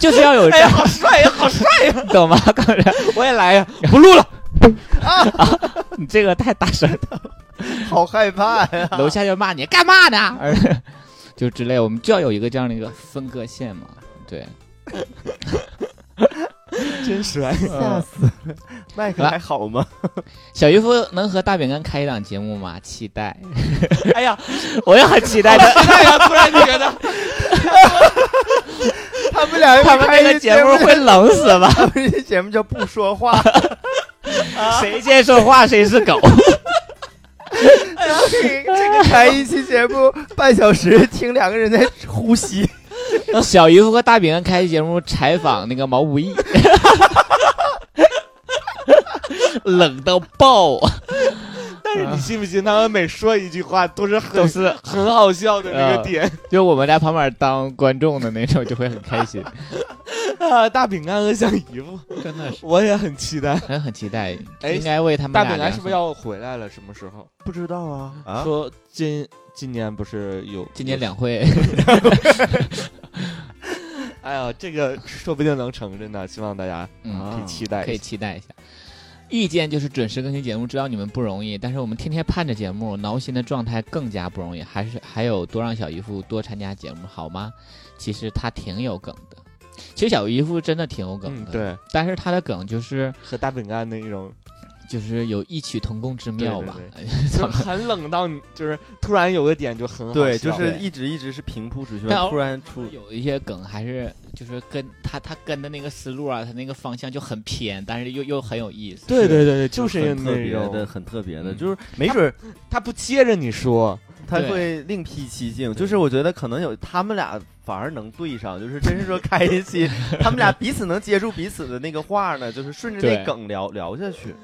Speaker 2: 就是要有这样，
Speaker 3: 好帅哎呀，好帅！
Speaker 2: 懂吗？刚才
Speaker 3: 我也来呀，
Speaker 2: 哎
Speaker 3: *laughs*
Speaker 2: 不录 *laughs* 了。你这个太大声了，
Speaker 4: 好害怕呀！
Speaker 2: 楼下就骂你干嘛 *laughs* 呢？而哎就之类，我们就要有一个这样的一个分割线嘛。 *laughs* 对，
Speaker 3: 真
Speaker 2: *laughs*
Speaker 3: 帅！
Speaker 2: 嗯
Speaker 4: 吓死了，麦克还好吗？
Speaker 2: 小姨夫能和大饼干开一档节目吗？期待，
Speaker 3: 哎呀，
Speaker 2: *laughs* 我也很期待的。
Speaker 3: 哎呀，突然觉得
Speaker 4: 他们俩
Speaker 2: 他们那个节目会冷死吧？
Speaker 4: 他们这节目叫不说话，
Speaker 2: *laughs* 谁先说话谁是狗。
Speaker 4: 这个开一期节目半小时，听两个人在呼吸，
Speaker 2: *laughs* 小姨夫和大饼干开节目采访那个毛不易， *laughs* 冷到爆，
Speaker 3: 但是你信不信，他们每说一句话都是很
Speaker 2: 啊都是嗯
Speaker 3: 很好笑的那个点。
Speaker 2: 就我们在旁边当观众的那种，就会很开心。
Speaker 3: 啊， *laughs* 大饼干和小姨夫，
Speaker 2: 真的是
Speaker 3: 我也很期待。
Speaker 2: 很很期待，
Speaker 3: 哎
Speaker 2: 应该为他们
Speaker 3: 大
Speaker 2: 俩
Speaker 3: 饼干
Speaker 2: 量
Speaker 3: 是不是要回来了？什么时候？
Speaker 4: 不知道啊啊！
Speaker 3: 说今今年不是有
Speaker 2: 今年
Speaker 3: 有
Speaker 2: 两会
Speaker 3: 哎呀，这个说不定能成真的，希望大家
Speaker 2: 嗯
Speaker 3: 可以期待
Speaker 2: 可
Speaker 3: 一
Speaker 2: 以
Speaker 3: 下。
Speaker 2: 期待一下。意见就是准时更新节目，知道你们不容易，但是我们天天盼着节目，挠心的状态更加不容易，还是还有多让小姨夫多参加节目好吗？其实他挺有梗的，其实小姨夫真的挺有梗
Speaker 3: 嗯，
Speaker 2: 的，，
Speaker 3: 对，
Speaker 2: 但是他的梗就是
Speaker 3: 和大饼干的一种，
Speaker 2: 就是有异曲同工之妙
Speaker 3: 对
Speaker 2: 吧？
Speaker 3: 就是
Speaker 2: 怎么
Speaker 3: 很冷到你，就是突然有个点就很好
Speaker 4: 对，
Speaker 3: 笑
Speaker 4: 就是一直一直是平铺出去，
Speaker 2: 但偶
Speaker 4: 突然出
Speaker 2: 有一些梗还是就是跟他他跟的那个思路啊，他那个方向就很偏，但是又又很有意思。
Speaker 3: 对对对对，就
Speaker 4: 就是
Speaker 3: 是
Speaker 4: 很特
Speaker 3: 那
Speaker 4: 别的，
Speaker 3: 种
Speaker 4: 很特别的，
Speaker 2: 嗯
Speaker 4: 就是没准儿
Speaker 3: 他不接着你说，
Speaker 4: 他
Speaker 2: 对
Speaker 4: 会另辟蹊径。就是我觉得可能有他们俩反而能对上，就是真是说开一期，他们俩彼此能接住彼此的那个话呢，就是顺着
Speaker 2: 对
Speaker 4: 那梗聊聊下去。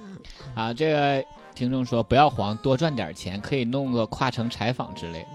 Speaker 2: 啊，这个听众说不要黄，多赚点钱，可以弄个跨城采访之类的。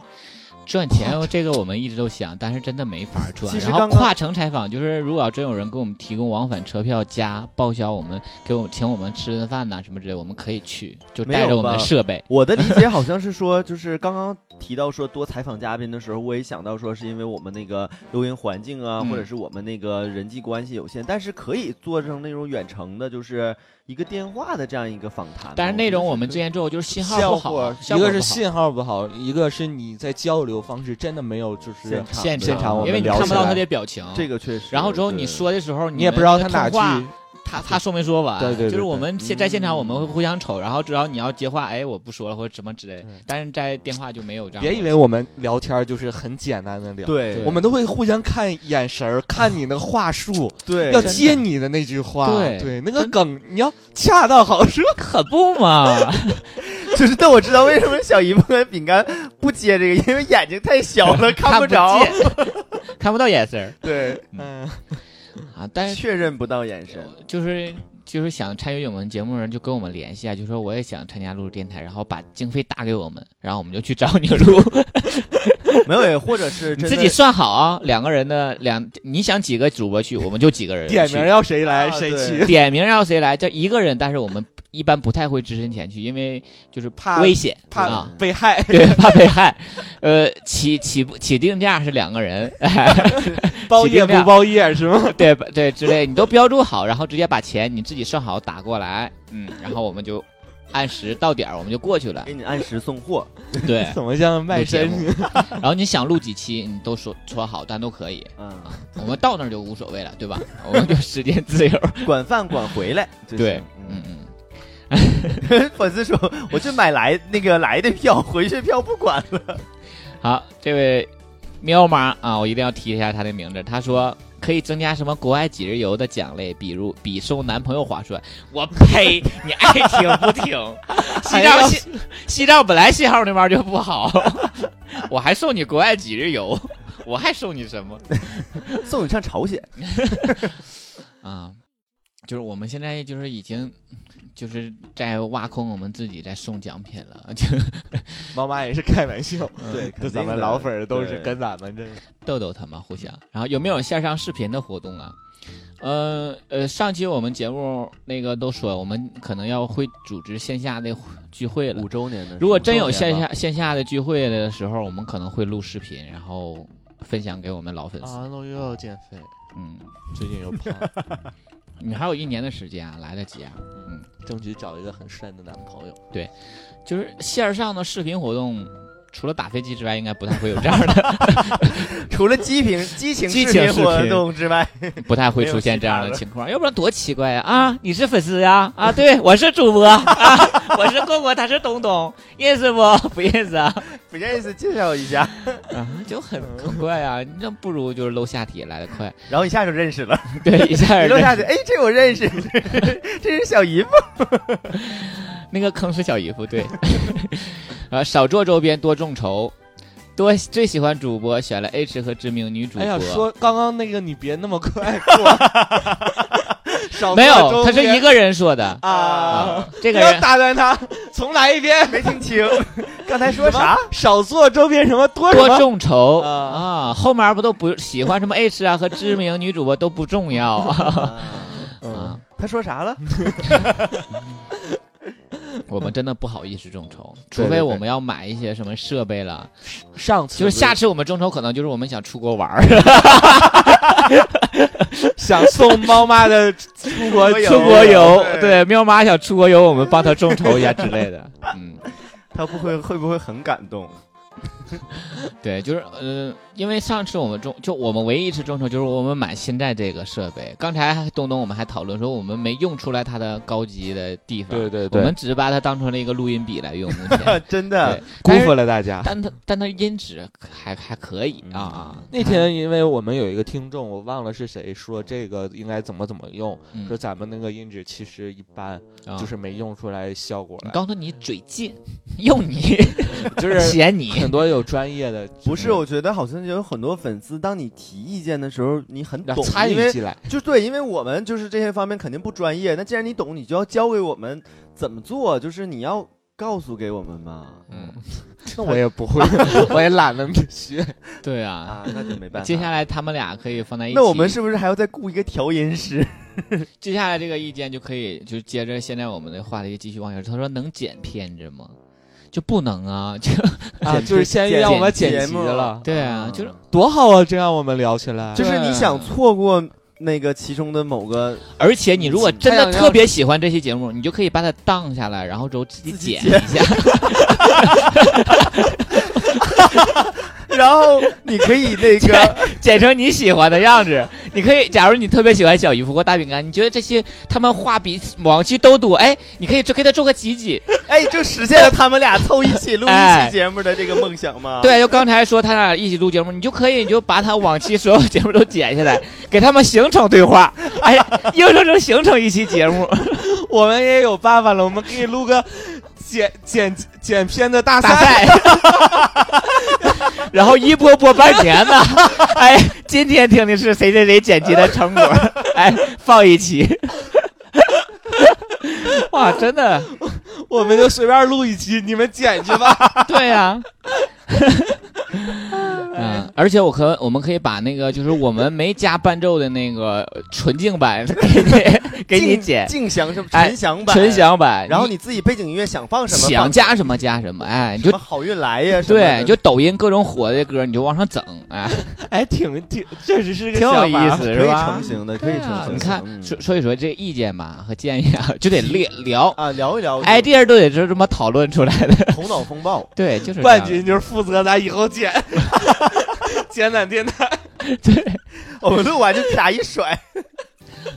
Speaker 2: 赚
Speaker 3: *laughs*
Speaker 2: 钱这个我们一直都想，但是真的没法赚。
Speaker 4: 其实
Speaker 2: 然后
Speaker 4: 刚刚
Speaker 2: 跨城采访就是，如果要真有人给我们提供往返车票加报销，我们给我请我们吃顿饭呐、什么之类，我们可以去，就
Speaker 4: 没有
Speaker 2: 带着我们的
Speaker 4: 吧
Speaker 2: 设
Speaker 3: *laughs*
Speaker 2: 备。
Speaker 4: 我的理解好像是说，就是刚刚提到说多采访嘉宾的时候，我也想到说是因为我们那个录音环境啊，
Speaker 2: 嗯
Speaker 4: 或者是我们那个人际关系有限，但是可以做成那种远程的，就是一个电话的这样一个访谈。
Speaker 2: 但是那种我们之
Speaker 4: 这
Speaker 2: 前做就是信号
Speaker 3: 效
Speaker 2: 不好啊，效
Speaker 3: 一
Speaker 2: 果
Speaker 3: 个是
Speaker 2: 不好
Speaker 3: 信号不好，一个是你在交流方式真的没有，就是
Speaker 4: 现场
Speaker 2: 现
Speaker 4: 的
Speaker 3: 现场我们
Speaker 2: 因为你
Speaker 3: 聊
Speaker 2: 看不
Speaker 3: 起
Speaker 2: 到
Speaker 3: 来
Speaker 2: 他的表情。
Speaker 4: 这个确实。
Speaker 2: 然后之后
Speaker 4: 对
Speaker 2: 你说的时候，
Speaker 3: 你也不知道他哪
Speaker 2: 通话
Speaker 3: 句
Speaker 2: 他他说没说完？
Speaker 3: 对对对对
Speaker 2: 就是我们现在现场
Speaker 4: 嗯
Speaker 2: 我们会互相瞅，然后只要你要接话，哎，我不说了或者什么之类的
Speaker 3: 对，
Speaker 2: 但是在电话就没有这样。
Speaker 3: 别以为我们聊天儿就是很简单的聊，
Speaker 4: 对
Speaker 2: 对
Speaker 3: 我们都会互相看眼神儿，看你那个话术，
Speaker 4: 对
Speaker 3: 要接你的那句话，
Speaker 2: 对
Speaker 3: 那个梗你要恰到好处。
Speaker 2: 可不嘛， *laughs*
Speaker 4: 就是，但我知道为什么小姨夫跟饼干不接这个，因为眼睛
Speaker 2: *laughs*
Speaker 4: 太小了，看
Speaker 2: 不
Speaker 4: 着，
Speaker 2: 见，看不到眼神
Speaker 3: *laughs*
Speaker 2: 儿
Speaker 4: 对，
Speaker 3: 嗯，
Speaker 2: 啊。但是
Speaker 4: 确认不到眼神。
Speaker 2: 就是就是想参与我们节目的人就跟我们联系啊，就说我也想参加录制电台，然后把经费打给我们，然后我们就去找你
Speaker 3: *laughs*
Speaker 2: 录。
Speaker 4: 没有，或者是
Speaker 2: 你
Speaker 4: 真
Speaker 2: 自
Speaker 4: 的
Speaker 2: 己算好啊，两个人的两，你想几个主播去，我们就几个人去。
Speaker 3: 点名要谁来
Speaker 4: 啊
Speaker 3: 谁
Speaker 4: 对
Speaker 3: *laughs* 去，
Speaker 2: 点名让谁来？就一个人，但是我们一般不太会只身前去，因为就是
Speaker 3: *laughs* 怕
Speaker 2: 危险，
Speaker 3: 怕
Speaker 2: 啊，*laughs*
Speaker 3: 被害。 *laughs*
Speaker 2: 对，怕被害。呃，起起步起定价是两个
Speaker 3: *laughs*
Speaker 2: 人，
Speaker 3: 包夜不包夜
Speaker 2: *laughs*
Speaker 3: 是吗？
Speaker 2: 对对之类，你都标注好，然后直接把钱你自己算好打过来，嗯，然后我们就按时到点儿，我们就过去
Speaker 3: *laughs*
Speaker 2: 了
Speaker 4: 给。你按时送货，
Speaker 2: 对，
Speaker 3: 怎么像卖身
Speaker 2: 录？然后你想录几期，你都说说好，但都可以。
Speaker 4: 嗯，
Speaker 2: 我们到那儿就无所谓了，对吧？我们就时间自由。
Speaker 4: *laughs* 管饭管回来就行。
Speaker 2: 对，
Speaker 4: 嗯
Speaker 2: 嗯。嗯，
Speaker 4: *laughs* 粉丝说：“我就买来那个来的票，回去票不管了。
Speaker 2: 好，这位喵妈啊，我一定要提一下她的名字。她说可以增加什么国外几日游的奖励，比如比送男朋友划算。我呸！你爱听不听？西藏西西藏本来信号那玩意儿就不好，我还送你国外几日游， *laughs* 我还送你什么”
Speaker 4: *laughs* 送你上朝鲜，
Speaker 2: 啊？就是我们现在就是已经就是在挖空我们自己在送奖品了， *laughs* 就
Speaker 3: *laughs* 猫妈也是开玩笑，
Speaker 4: 对肯定
Speaker 3: 就
Speaker 4: 的
Speaker 3: 咱们老粉儿都是
Speaker 4: 对
Speaker 3: 跟咱们这
Speaker 2: 逗逗他们互相。然后有没有线上视频的活动啊？呃呃，上期我们节目那个都说，我们可能要会组织线下的聚会了。
Speaker 4: 周年的
Speaker 2: 如果真有线下线下的聚会的时候，我们可能会录视频，然后分享给我们老粉丝。，
Speaker 3: 啊那我又要减肥，
Speaker 2: 嗯，
Speaker 3: 最近又胖，
Speaker 2: 你还有一年的时间啊，来得及啊。
Speaker 3: 争取找一个很帅的男朋友。
Speaker 2: 就是线上的视频活动，除了打飞机之外，应该不太会有这样的，
Speaker 4: 除了激 *laughs* 情激情
Speaker 2: 激
Speaker 4: 视
Speaker 2: 情视频
Speaker 4: 活动之外，
Speaker 2: 不太会出现这样的情况，要不然多奇怪呀、啊！你是粉丝呀、啊？
Speaker 3: *laughs*
Speaker 2: 对，我是主播 *laughs* 啊，我是果果，他是东东，认识不？ *laughs* 不认识啊，
Speaker 4: 不认识介绍一 *laughs* 下，
Speaker 2: 啊
Speaker 3: 嗯
Speaker 2: 就很很怪啊！你那不如就是露下体来的快， *laughs*
Speaker 4: 然后一下就认识了。
Speaker 2: 对，一下儿
Speaker 4: 一路下去，哎，这我认识， *laughs* 这是小姨夫。
Speaker 2: 那个坑是小姨夫，对， *laughs* 啊，少做周边，多众筹，多最喜欢主播，选了 H 和知名女主播。
Speaker 3: 哎呀，说刚刚那个你别那么快过，少
Speaker 2: 没
Speaker 3: 做周
Speaker 2: 有，他是
Speaker 3: 边
Speaker 2: 一
Speaker 3: *laughs*
Speaker 2: 个人说的。
Speaker 3: 啊
Speaker 2: 啊，这
Speaker 3: 不
Speaker 2: 个
Speaker 3: 要
Speaker 2: 人
Speaker 3: *laughs*
Speaker 4: *laughs*
Speaker 3: 打断他，重来一遍。
Speaker 4: 没听清，刚才说啥？
Speaker 3: 少做周边什么多什
Speaker 2: 多
Speaker 3: 么？
Speaker 2: 众筹
Speaker 3: 啊
Speaker 2: 啊，后面不都不喜欢什么 H 啊和知名女主播都不重要啊
Speaker 3: 嗯
Speaker 2: 啊，
Speaker 4: 他说啥了？
Speaker 2: 我们真的不好意思众筹，
Speaker 3: 对
Speaker 2: 除
Speaker 3: 对
Speaker 2: 非
Speaker 3: 对
Speaker 2: 我们要买一些什么设备了。
Speaker 3: 上次
Speaker 2: 就是下次我们众筹可能就是我们想出国玩儿，
Speaker 3: 想送猫妈的出国
Speaker 4: 出
Speaker 2: *laughs* 出国游，
Speaker 3: 对，
Speaker 2: 对，喵妈想出国游，我们帮她众筹一下之类的。 *laughs* 嗯，
Speaker 4: 他不会会不会很感 *laughs* 动？
Speaker 2: 对，就是呃，因为上次我们众就我们唯一一次众筹就是我们买现在这个设备。刚才还东东我们还讨论说我们没用出来它的高级的地方，
Speaker 3: 对对
Speaker 2: 我
Speaker 3: 对
Speaker 2: 们，只是把它当成了一个录音笔来用，目前。
Speaker 4: 啊，
Speaker 2: *laughs*
Speaker 4: 真的
Speaker 2: 对，
Speaker 3: 辜
Speaker 2: 但是
Speaker 3: 负了大家。
Speaker 2: 但它但它音质还还可以啊啊。
Speaker 3: 那天因为我们有一个听众，我忘了是谁说这个应该怎么怎么用，
Speaker 2: 嗯
Speaker 3: 说咱们那个音质其实一般，
Speaker 2: 啊
Speaker 3: 就是没用出来效果
Speaker 2: 你
Speaker 3: 来，
Speaker 2: 告诉你嘴贱， *laughs* 用你
Speaker 3: *laughs* 就是
Speaker 2: 嫌你
Speaker 3: 很多有专业的
Speaker 4: 不是，我觉得好像有很多粉丝，当你提意见的时候，你很
Speaker 3: 让
Speaker 4: 懂，
Speaker 3: 参
Speaker 4: 因
Speaker 3: 与
Speaker 4: 为
Speaker 3: 进 *laughs* 来，
Speaker 4: 就对，因为我们就是这些方面肯定不专业。那既然你懂，你就要教给我们怎么做，就是你要告诉给我们嘛。
Speaker 2: 嗯，
Speaker 3: 那我也不会，我也懒得学。
Speaker 2: 对啊。
Speaker 4: 啊，那就没办法。
Speaker 2: 接下，来他们俩可以放在一起。
Speaker 4: 那我们是不是还要再雇一个调音师？
Speaker 2: 接下来这个意见就可以，就接着现在我们的话题继续往下。他说能剪片子吗？就不能啊， *laughs* 就
Speaker 3: *laughs* 啊，就是先
Speaker 4: 剪
Speaker 3: 让我们
Speaker 4: 辑
Speaker 3: 剪
Speaker 4: 节
Speaker 3: 辑
Speaker 4: 目
Speaker 3: 了，
Speaker 2: *laughs* 对啊，就是
Speaker 3: 多好啊！这样我们聊起来，
Speaker 4: 就是你
Speaker 2: 对啊
Speaker 4: 想错过那个其中的某个
Speaker 2: 而且你如果真
Speaker 3: 太阳
Speaker 2: 的
Speaker 3: 要
Speaker 2: 特别喜欢这期节目，你就可以把它荡下来，然后之后自己
Speaker 4: 自己
Speaker 2: 剪一下。
Speaker 4: 然后你可以那 *laughs* 个
Speaker 2: 剪成你喜欢的样子。你可以，假如你特别喜欢小姨夫或大饼干，你觉得这些他们话比往期都多，哎，你可以就给他做个集锦。
Speaker 4: 哎，就实现了他们俩凑一起录一期节目的这个梦想嘛。，
Speaker 2: 哎对，就刚才说他俩一起录节目，你就可以，你就把他往期所有节目都剪下来，给他们形成对话，哎，硬生生形成一期节目。
Speaker 3: 我们也有办法了，我们可以录个剪剪剪片的大
Speaker 2: 大
Speaker 3: 赛。
Speaker 2: 赛， *laughs* 然后一播播半年呢。哎，今天听的是谁谁谁剪辑的成果，哎，放一期。 *laughs* 哇，真的，
Speaker 3: 我们就随便录一期，你们剪去吧。
Speaker 2: 对
Speaker 4: *laughs*
Speaker 2: 呀、嗯，而且我可我们可以把那个就是我们没加伴奏的那个呃纯净版 *laughs* 给
Speaker 4: *laughs*
Speaker 2: 你给你剪
Speaker 4: 静祥什么
Speaker 2: 哎
Speaker 4: 纯祥版，
Speaker 2: 纯。享版，
Speaker 4: 然后你自己背景音乐想放什么
Speaker 2: 想
Speaker 4: 放
Speaker 2: 加什么加什么，哎，你就
Speaker 4: 什么好运来呀，什么
Speaker 2: 对，
Speaker 4: 的
Speaker 2: 就抖音各种火的歌你就往上整，哎。
Speaker 3: 哎，挺挺，确实是个
Speaker 2: 挺有
Speaker 3: 想法
Speaker 2: 意思
Speaker 4: 可
Speaker 2: 是
Speaker 4: 以
Speaker 2: 吧
Speaker 4: 成型的，可以
Speaker 2: 对
Speaker 4: 成
Speaker 2: 啊
Speaker 4: 型的。
Speaker 2: 你看，
Speaker 4: 嗯
Speaker 2: 所所以说这意见嘛和建议啊，就得列聊
Speaker 4: 啊，聊一聊
Speaker 2: idea 都得是这么讨论出来的。 *laughs*
Speaker 4: 头脑风暴，
Speaker 2: 对，就是这样
Speaker 3: 冠军就是负责咱以后剪， *laughs* 简短电台。
Speaker 4: *laughs* 我们录完就俩一甩。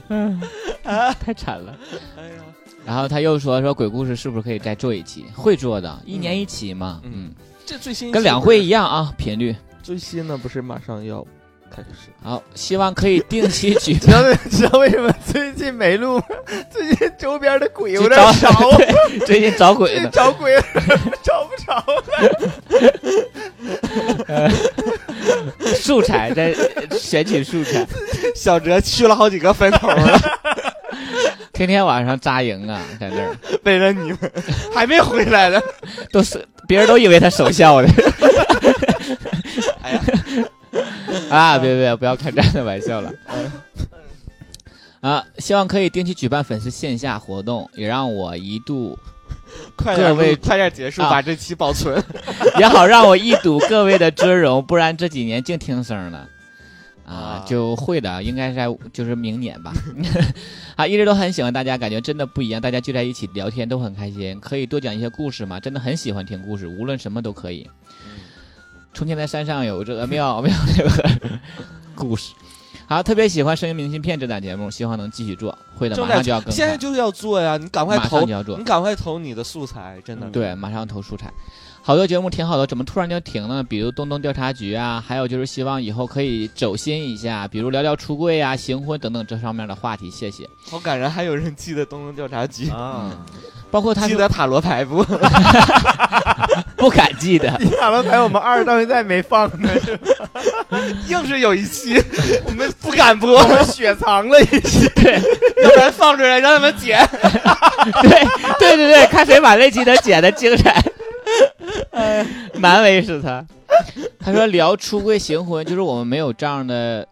Speaker 2: *laughs* 太惨了。
Speaker 3: 哎呀，
Speaker 2: 然后他又说说鬼故事是不是可以再做一期？会做的，一年一期嘛。
Speaker 3: 嗯
Speaker 2: 嗯，
Speaker 3: 这最新
Speaker 2: 跟两会一样啊，频率。
Speaker 3: 最新的不是马上要开始？
Speaker 2: 好，希望可以定期举
Speaker 4: 知道
Speaker 3: *laughs*
Speaker 2: 办。
Speaker 4: 为知道为什么最近没录吗？最近周边的鬼有
Speaker 2: 去
Speaker 4: 点
Speaker 2: 找
Speaker 4: 少， *laughs*
Speaker 2: 对，最近找鬼
Speaker 4: 最近
Speaker 2: 呢。
Speaker 4: 找鬼找不 *laughs* 着。
Speaker 2: 素材在选取素材， *laughs*
Speaker 3: 小哲去了好几个坟头了，
Speaker 2: 天天晚上扎营啊，在那儿
Speaker 3: 背着你们 *laughs* 还没回来呢。
Speaker 2: 都是别人都以为他守孝的。
Speaker 3: 哎呀，
Speaker 2: *laughs* 啊，别别，不要开这样的玩笑了。
Speaker 3: 哎
Speaker 2: 啊，希望可以定期举办粉丝线下活动，也让我一度，
Speaker 3: 快点
Speaker 2: 各位
Speaker 3: 录，快点结束，
Speaker 2: 啊
Speaker 3: 把这期保
Speaker 4: *laughs*
Speaker 3: 存。 *laughs*
Speaker 2: 也好让我一睹各位的尊容，不然这几年净听声儿了。啊
Speaker 3: 啊，
Speaker 2: 就会的，应该是在就是明年吧。 *laughs* 啊，一直都很喜欢大家，感觉真的不一样，大家聚在一起聊天都很开心，可以多讲一些故事嘛，真的很喜欢听故事，无论什么都可以。
Speaker 3: 嗯
Speaker 2: 重庆的山上有这个庙，庙有个故事。好，特别喜欢《声音明信片》这档节目，希望能继续做。会的，
Speaker 3: 正
Speaker 2: 马
Speaker 3: 在
Speaker 2: 上就要更
Speaker 3: 现在
Speaker 2: 改，
Speaker 3: 就是要做呀，你赶快
Speaker 2: 马上
Speaker 3: 投
Speaker 2: 就，要做
Speaker 3: 你。赶快投你的素材，真的。
Speaker 2: 对，马上投素材。好多节目挺好的，怎么突然就停了呢？比如《东东调查局》啊，还有就是希望以后可以走心一下，比如聊聊出柜啊、行婚等等这方面的话题。谢谢。
Speaker 3: 好感人，还有人记得东东调查局，
Speaker 4: 啊，
Speaker 2: 包括他
Speaker 3: 记
Speaker 2: 是
Speaker 3: 得塔罗牌不？
Speaker 2: 不敢记
Speaker 4: *laughs*
Speaker 2: 得，
Speaker 4: 你塔罗牌我们二到现在没放 *laughs* 呢，
Speaker 3: *laughs* 硬是有一 *laughs* 期 *laughs* 我们不敢播
Speaker 4: 我，们雪藏了一些。
Speaker 2: 对
Speaker 3: 要不然放出来让他们剪。
Speaker 2: 对对对对，看谁把那期能剪的精彩。 *laughs*
Speaker 5: 难为是他。
Speaker 2: 他说聊出轨行魂，就是我们没有这样的，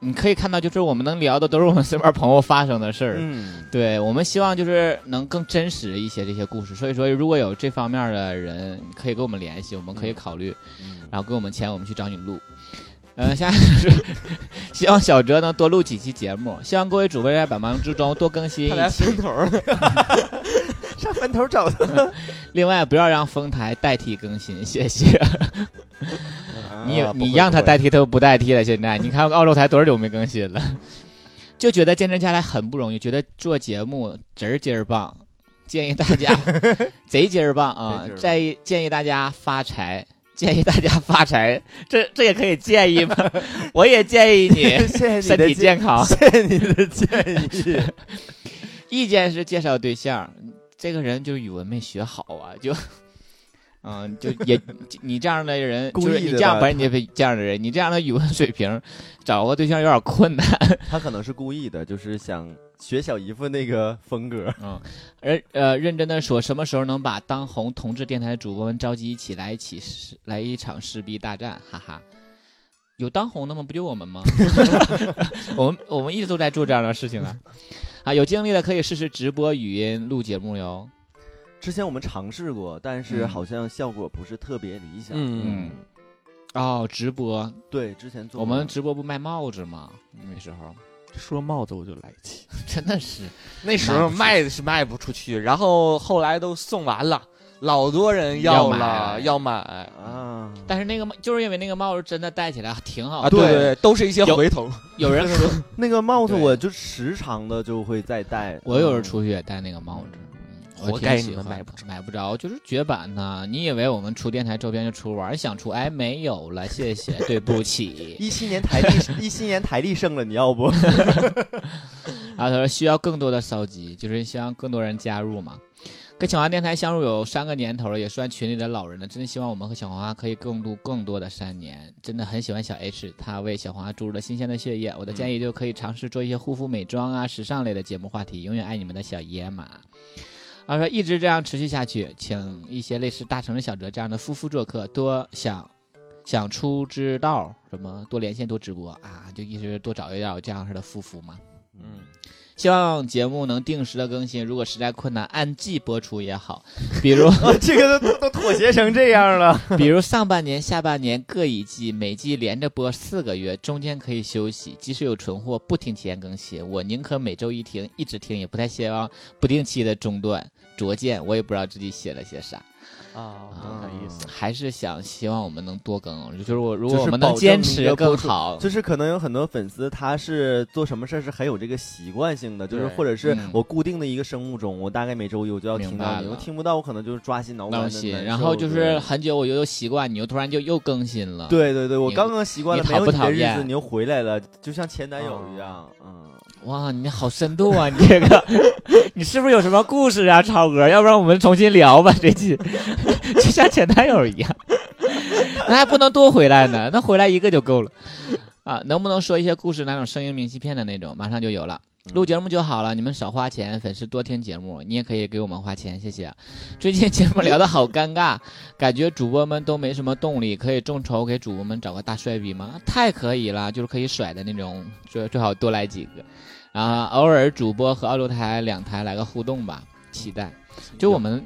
Speaker 2: 你可以看到，就是我们能聊的都是我们身边朋友发生的事儿。
Speaker 4: 嗯，
Speaker 2: 对我们希望就是能更真实一些这些故事，所以说如果有这方面的人可以跟我们联系，我们可以考虑，然后给我们钱，我们去找你录。呃，下一个是 *laughs* 希望小哲能多录几期节目，希望各位主播在百忙之中多更新
Speaker 3: 他俩
Speaker 2: 一期。
Speaker 3: 分头儿了，
Speaker 4: 上坟头找的。
Speaker 2: 另外，不要让丰台代替更新，谢谢。你
Speaker 4: 啊
Speaker 2: 你让他代，替，他都不代替了。现在你看澳洲台多久没更新了，就觉得健身下来很不容易，觉得做节目贼儿劲儿棒，建议大
Speaker 4: *laughs*
Speaker 2: 家贼劲儿棒啊
Speaker 4: 贼劲儿！棒
Speaker 2: 建议建议大家发财，建议大家发财，这这也可以建议吗？ *laughs* 我也建议
Speaker 4: 不
Speaker 2: 你
Speaker 4: 不 *laughs* 会谢谢你
Speaker 2: 身
Speaker 4: 的
Speaker 2: 体健康。
Speaker 4: 谢谢你的建议。
Speaker 2: 意见是介绍对象，这个人就是语文没学好啊，就。嗯，就也 *laughs* 就你这样的人，
Speaker 4: 故
Speaker 2: 就是
Speaker 4: 意
Speaker 2: 你
Speaker 4: 的
Speaker 2: 这样
Speaker 4: 吧
Speaker 2: 不是你这样的人，你这样的语文水平，找个对象有点困难。
Speaker 4: 他可能是故意的，就是想学小姨夫那个风
Speaker 2: *laughs*
Speaker 4: 格。
Speaker 2: 嗯，而呃，认真的说，什么时候能把当红同志电台的主播们召集一起来一起势来一场势必大战？哈哈，有当红的吗？不就我们吗？ *laughs* 我们我们一直都在做这样的事情啊。啊，有精力的可以试试直播语音录节目哟。
Speaker 4: 之前我们尝试过，但是
Speaker 2: 嗯
Speaker 4: 好像效果不是特别理想。
Speaker 3: 嗯，
Speaker 2: 嗯，哦，直播，
Speaker 4: 对，之前做
Speaker 2: 我们
Speaker 4: 过
Speaker 2: 直播不卖帽子吗？那时候 *laughs*
Speaker 3: 说帽子我就来一期。
Speaker 2: 真的是
Speaker 3: 那时候卖是卖不出去，然后后来都送完了，老多人要了
Speaker 2: 要
Speaker 3: 要买
Speaker 4: 啊，
Speaker 2: 但是那个帽就是因为那个帽子真的戴起来挺好
Speaker 3: 啊，
Speaker 2: 的。
Speaker 3: 对
Speaker 4: 对
Speaker 3: 对，都是一些
Speaker 2: 有
Speaker 3: 回头，
Speaker 2: 有人说，
Speaker 4: 那个帽子
Speaker 2: 对
Speaker 4: 我就时常的就会再戴。
Speaker 2: 我有时候
Speaker 4: 嗯
Speaker 2: 出去也戴那个帽子，嗯我
Speaker 3: 活
Speaker 2: 挺
Speaker 3: 该
Speaker 2: 喜
Speaker 3: 你们
Speaker 2: 欢
Speaker 3: 买
Speaker 2: 的
Speaker 3: 不着
Speaker 2: 买不着，就是绝版呐！你以为我们出电台周边就出玩儿，想出哎没有了，谢谢，对不起。
Speaker 4: 一七年台历，
Speaker 2: *laughs*
Speaker 4: 一七年台历剩了，你要不？ *laughs*
Speaker 2: 然后他说需要更多的骚集，就是希望更多人加入嘛。跟小黄电台相入有三个年头了，也算群里的老人了。真的希望我们和小黄花可以共度更多的三年。真的很喜欢小 H，他为小黄花注入了新鲜的血液。我的建议就可以尝试做一些护肤、美妆啊、时尚类的节目话题。永远爱你们的小野马。他说一直这样持续下去，请一些类似大成的小哲这样的夫妇做客，多想想出之道，什么多连线、多直播啊，就一直多找一找这样式的夫妇嘛。
Speaker 3: 嗯，
Speaker 2: 希望节目能定时的更新，如果实在困难，按季播出也好。比如，
Speaker 4: 啊这个都都妥协成这样了。
Speaker 2: *laughs* 比如上半年、下半年各一季，每季连着播四个月，中间可以休息。即使有存货，不停提前更新，我宁可每周一听，一直听，也不太希望不定期的中断。拙见，我也不知道自己写了些啥，
Speaker 3: 啊
Speaker 2: 我
Speaker 4: 懂你意思
Speaker 2: 还是想希望我们能多更。就是我如
Speaker 4: 就
Speaker 2: 果我
Speaker 4: 是
Speaker 2: 们能
Speaker 4: 保证
Speaker 2: 坚
Speaker 4: 一
Speaker 2: 持
Speaker 4: 个
Speaker 2: 更
Speaker 4: 播出
Speaker 2: 好，
Speaker 4: 就是可能有很多粉丝，他是做什么事儿是很有这个习惯性的，就是
Speaker 3: 对
Speaker 4: 或者是
Speaker 2: 嗯
Speaker 4: 我固定的一个生物钟，我大概每周一我就要听
Speaker 2: 明白
Speaker 4: 到你，我
Speaker 2: 了
Speaker 4: 听不到我可能就是抓心挠肝
Speaker 2: 闹
Speaker 4: 的
Speaker 2: 心。
Speaker 4: 难
Speaker 2: 然
Speaker 4: 受
Speaker 2: 后就
Speaker 4: 之类
Speaker 2: 是
Speaker 4: 的
Speaker 2: 很久我就都习惯，你又突然就又更新
Speaker 3: 啊
Speaker 2: 了。
Speaker 4: 对对对，我
Speaker 2: 你
Speaker 4: 刚刚习惯了
Speaker 2: 你
Speaker 4: 没有
Speaker 2: 讨不
Speaker 4: 你的
Speaker 2: 讨
Speaker 4: 日子，
Speaker 2: 厌
Speaker 4: 你又回来了，就像前男
Speaker 3: 哦
Speaker 4: 友一样，嗯，
Speaker 2: 哇，你好深度啊！你这个， *laughs* 你是不是有什么故事啊，超哥？要不然我们重新聊吧，这期就像前男友一样， *laughs* 那还不能多回来呢，那回来一个就够了啊！能不能说一些故事，那种声音明信片的那种，马上就有了。录节目就好了，你们少花钱，粉丝多听节目，你也可以给我们花钱，谢谢。最近节目聊得好尴尬， *laughs* 感觉主播们都没什么动力，可以众筹给主播们找个大帅逼吗？太可以了，就是可以甩的那种，最最好多来几个。啊，偶尔主播和澳洲台两台来个互动吧，期待。就我们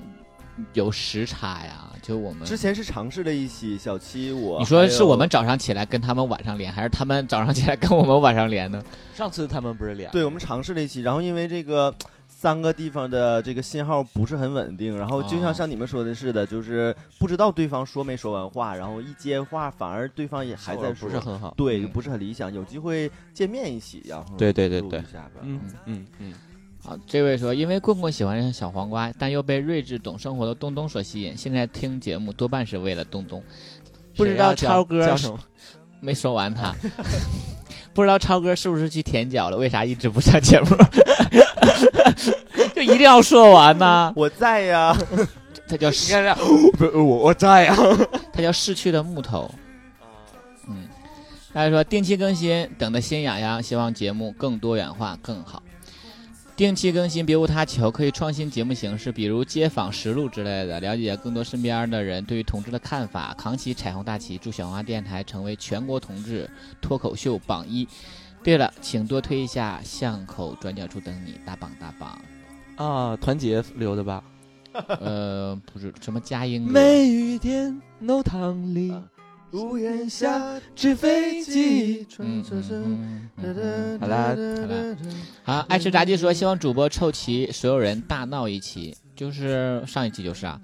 Speaker 2: 有时差呀，就我
Speaker 3: 嗯
Speaker 2: 们
Speaker 4: 之。前是尝试了一期小七我，
Speaker 2: 你说
Speaker 4: 还
Speaker 2: 是我
Speaker 4: 有
Speaker 2: 们早上起来跟他们晚上连，还是他们早上起来跟我们晚上连 *laughs* 呢？
Speaker 3: 上次他们不是俩，
Speaker 4: 对，我们尝试了一期，然后因为这个三个地方的这个信号不是很稳定，然后就
Speaker 2: 哦
Speaker 4: 像像你们说的似的，就是不知道对方说没说完话，然后一接话反而对方也还
Speaker 3: 效
Speaker 4: 在
Speaker 3: 果
Speaker 4: 说，
Speaker 3: 哦不是很好，
Speaker 4: 对，
Speaker 2: 嗯
Speaker 4: 就不是很理想。有机会见面一起，然后
Speaker 3: 对对对
Speaker 4: 录
Speaker 3: 对
Speaker 4: 一下吧。
Speaker 3: 嗯嗯嗯，
Speaker 2: 好，这位说，因为棍棍喜欢小黄瓜，但又被睿智懂生活的东东所吸引，现在听节目多半是为了东东。不知道
Speaker 3: 谁要叫
Speaker 2: 超哥
Speaker 3: 叫
Speaker 2: 是
Speaker 3: 什 *laughs* 么
Speaker 2: 没说完 *laughs* 他，不知道超哥是不是去舔脚了？为啥一直不上节目？ *laughs* 就一定要说完呢？
Speaker 4: 我在呀，
Speaker 2: 他叫
Speaker 3: 你看这样，不是我我在啊呀，
Speaker 2: 他叫逝去的木头。嗯，大家说定期更新，等的心痒痒，希望节目更多元化更好。定期更新，别无他求，可以创新节目形式，比如街访实录之类的，了解更多身边的人对于同志的看法，扛起彩虹大旗，祝小黄电台成为全国同志脱口秀榜一。对了，请多推一下巷口转角处等你，大榜大榜。
Speaker 3: *laughs* 啊，团结留的吧？
Speaker 2: 呃，不是什么佳音哥，
Speaker 3: 梅雨天，弄堂里
Speaker 4: 啊
Speaker 3: 屋檐下，纸飞机。
Speaker 2: 嗯嗯嗯嗯嗯
Speaker 3: 好
Speaker 2: 好
Speaker 3: 啦，
Speaker 2: 啦，好，爱吃炸鸡说希望主播凑齐所有人大闹一期，就是上一期就是啊，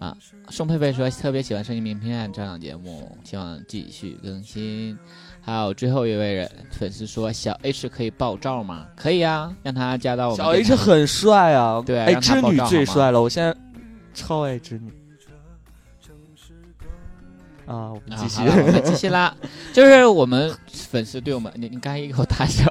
Speaker 2: 啊，宋佩佩说特别喜欢设计名片这档节目，希望继续更新。还有最后一位人粉丝说小 H 可以爆照吗？可以啊，让他加到我们
Speaker 3: 小
Speaker 2: 电
Speaker 3: H
Speaker 2: 台
Speaker 3: 很帅啊，
Speaker 2: 对
Speaker 3: 哎，
Speaker 2: 让他
Speaker 3: 织
Speaker 2: 爆
Speaker 3: 女
Speaker 2: 照
Speaker 3: 最
Speaker 2: 好吗
Speaker 3: 帅了，我现在超爱织女。啊，我们继续
Speaker 2: 啊、好。了我们继续啦。就是我们粉丝对我们，你你刚才一口大笑，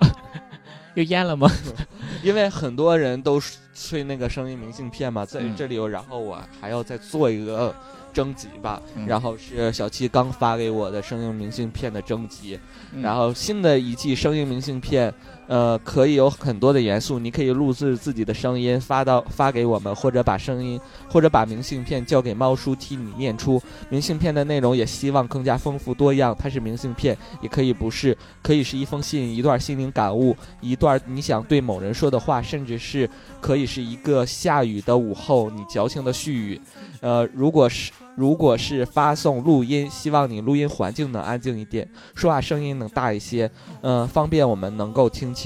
Speaker 2: *laughs* 又咽了吗？
Speaker 3: *laughs* 因为很多人都是吹那个声音明信片嘛，在
Speaker 2: 嗯
Speaker 3: 这里有，然后我还要再做一个征集吧，
Speaker 2: 嗯
Speaker 3: 然后是小七刚发给我的声音明信片的征集，
Speaker 2: 嗯
Speaker 3: 然后新的一季声音明信片，呃，可以有很多的元素，你可以录制自己的声音发到发给我们，或者把声音或者把明信片交给猫叔替你念出。明信片的内容也希望更加丰富多样，它是明信片，也可以不是，可以是一封信、一段心灵感悟、一段你想对某人说的话，甚至是可以是一个下雨的午后你矫情的絮语。呃，如果是如果是发送录音，希望你录音环境能安静一点。说话声音能大一些，嗯、方便我们能够听清。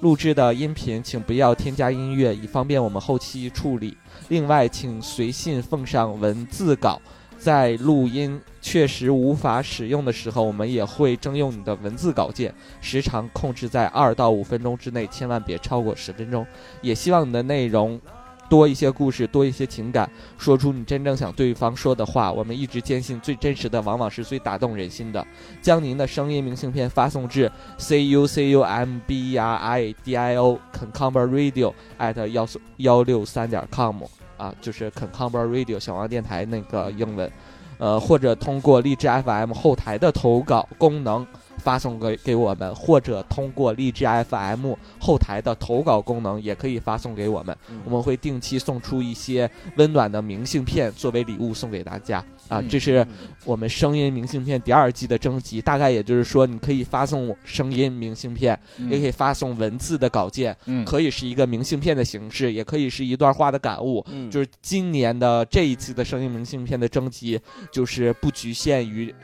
Speaker 3: 录制的音频请不要添加音乐，以方便我们后期处理。另外，请随信奉上文字稿，在录音确实无法使用的时候，我们也会征用你的文字稿件，时长控制在二到五分钟之内，千万别超过十分钟。也希望你的内容。多一些故事，多一些情感，说出你真正想对方说的话。我们一直坚信，最真实的往往是最打动人心的。将您的声音明信片发送至 c u c u m b e r i d i o concomber radio at 幺幺六三点 com 啊，就是 concomber radio 小王电台那个英文，呃，或者通过荔枝 FM 后台的投稿功能发送给给我们，或者通过荔枝 FM 后台的投稿功能也可以发送给我们，
Speaker 4: 嗯
Speaker 3: 我们会定期送出一些温暖的明信片作为礼物送给大家啊，
Speaker 2: 嗯
Speaker 3: 这是。我们声音明信片第二季的征集，大概也就是说，你可以发送声音明信片，
Speaker 4: 嗯
Speaker 3: 也可以发送文字的稿件，
Speaker 2: 嗯
Speaker 3: 可以是一个明信片的形式，也可以是一段话的感悟。
Speaker 4: 嗯
Speaker 3: 就是今年的这一期的声音明信片的征集，就是不局限于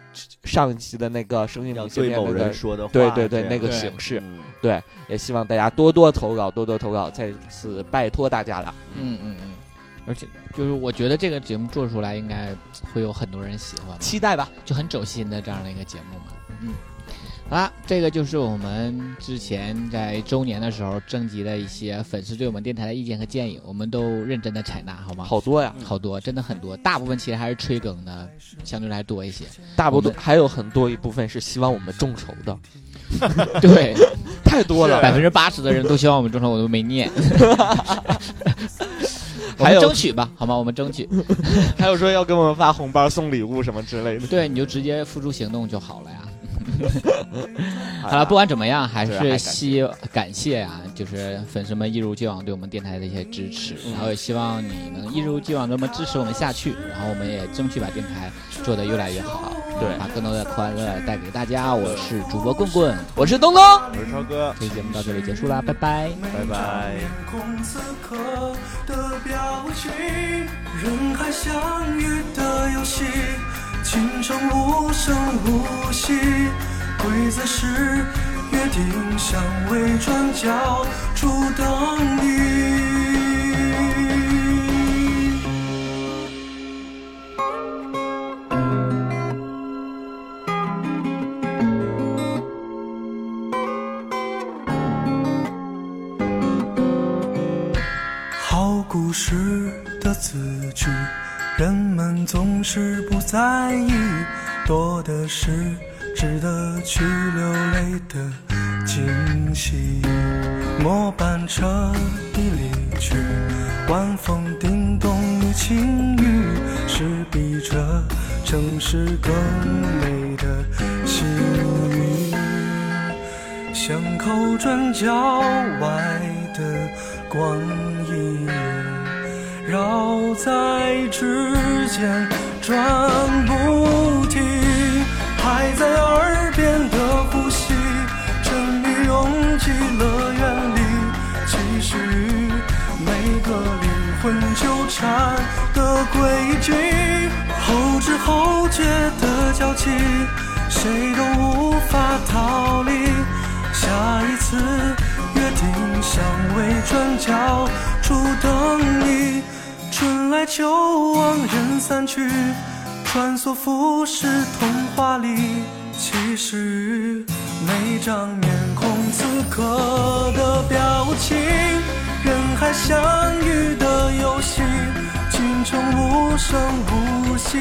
Speaker 3: 上一期的那个声音
Speaker 4: 要
Speaker 3: 明信
Speaker 4: 对
Speaker 3: 片
Speaker 4: 某
Speaker 3: 那
Speaker 4: 人
Speaker 3: 个，
Speaker 4: 说的话，
Speaker 3: 对对对，
Speaker 4: 这样
Speaker 3: 那个
Speaker 2: 对
Speaker 3: 形式。
Speaker 4: 嗯
Speaker 3: 对，也希望大家多多投稿，多多投稿，再次拜托大家了。
Speaker 2: 嗯嗯嗯，而且就是我觉得这个节目做出来应该会有很多人喜欢吧，
Speaker 3: 期待吧，
Speaker 4: 嗯
Speaker 2: 就很走心的这样的一个节目嘛。嗯，好啦，这个就是我们之前在周年的时候征集的一些粉丝对我们电台的意见和建议，我们都认真的采纳，好吗？
Speaker 3: 好多
Speaker 4: 嗯
Speaker 3: 呀，
Speaker 2: 好多，真的很多，大部分其实还是催更的，相对来多一些。
Speaker 3: 大部分
Speaker 2: 我
Speaker 3: 还有很多一部分是希望我们众筹的，
Speaker 2: *laughs* 对，
Speaker 3: 太多了，
Speaker 2: 百分之八十的人都希望我们众筹，我都没 *laughs* 念。我
Speaker 3: 还
Speaker 2: 们
Speaker 3: 有
Speaker 2: 争取吧，好吗？我们争取。
Speaker 3: 还有说要给我们发红包、送礼物什么之类的。
Speaker 2: 对，你就直接付诸行动就好了呀。好了，不管怎么样，还是希感谢啊，就是粉丝们一如既往对我们电台的一些支持，然后也希望你能一如既往这么支持我们下去，然后我们也争取把电台做得越来越好，
Speaker 3: 对
Speaker 2: 把更多的快乐带给大家。我是主播棍棍，
Speaker 3: 我是东东，
Speaker 4: 我是超哥，
Speaker 2: 这期节目到这里结束啦，拜拜。
Speaker 4: 拜拜。
Speaker 1: 面孔此刻的表情，人海相遇的游戏，情场无声无息，规则是约定，像伪转角处等你。好故事的字句，人们总是不在意，多的是值得去流泪的惊喜。末班车已离去，晚风叮咚于轻语，是比这城市更美的心语。巷口转角外的光影，绕在指尖转不停，还在耳边的呼吸，沉迷拥挤乐园里，其实每个灵魂纠缠的轨迹，后知后觉的交集，谁都无法逃离。下一次约定巷尾转角处等你，春来秋往人散去，穿梭浮世童话里。其实每张面孔此刻的表情，人海相遇的游戏，进程无声无息，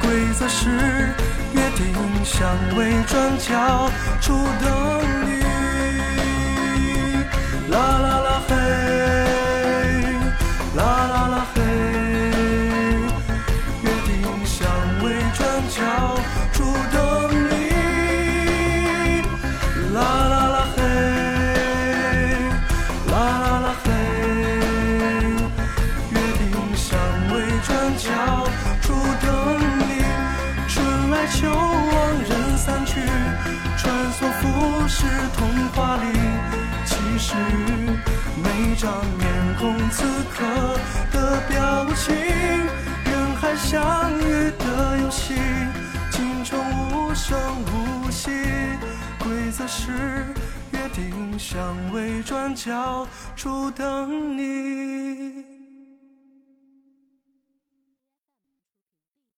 Speaker 1: 规则是。约定巷尾转角处等你，啦啦啦嘿，啦啦啦嘿，约定巷尾转角处等你，啦啦啦嘿，啦啦啦嘿，约定巷尾转角处等你。春来秋往人散去，穿梭浮世童话里。其实每张面孔此刻的表情，人海相遇的游戏，进程无声无息，规则是约定，巷尾转角处等你。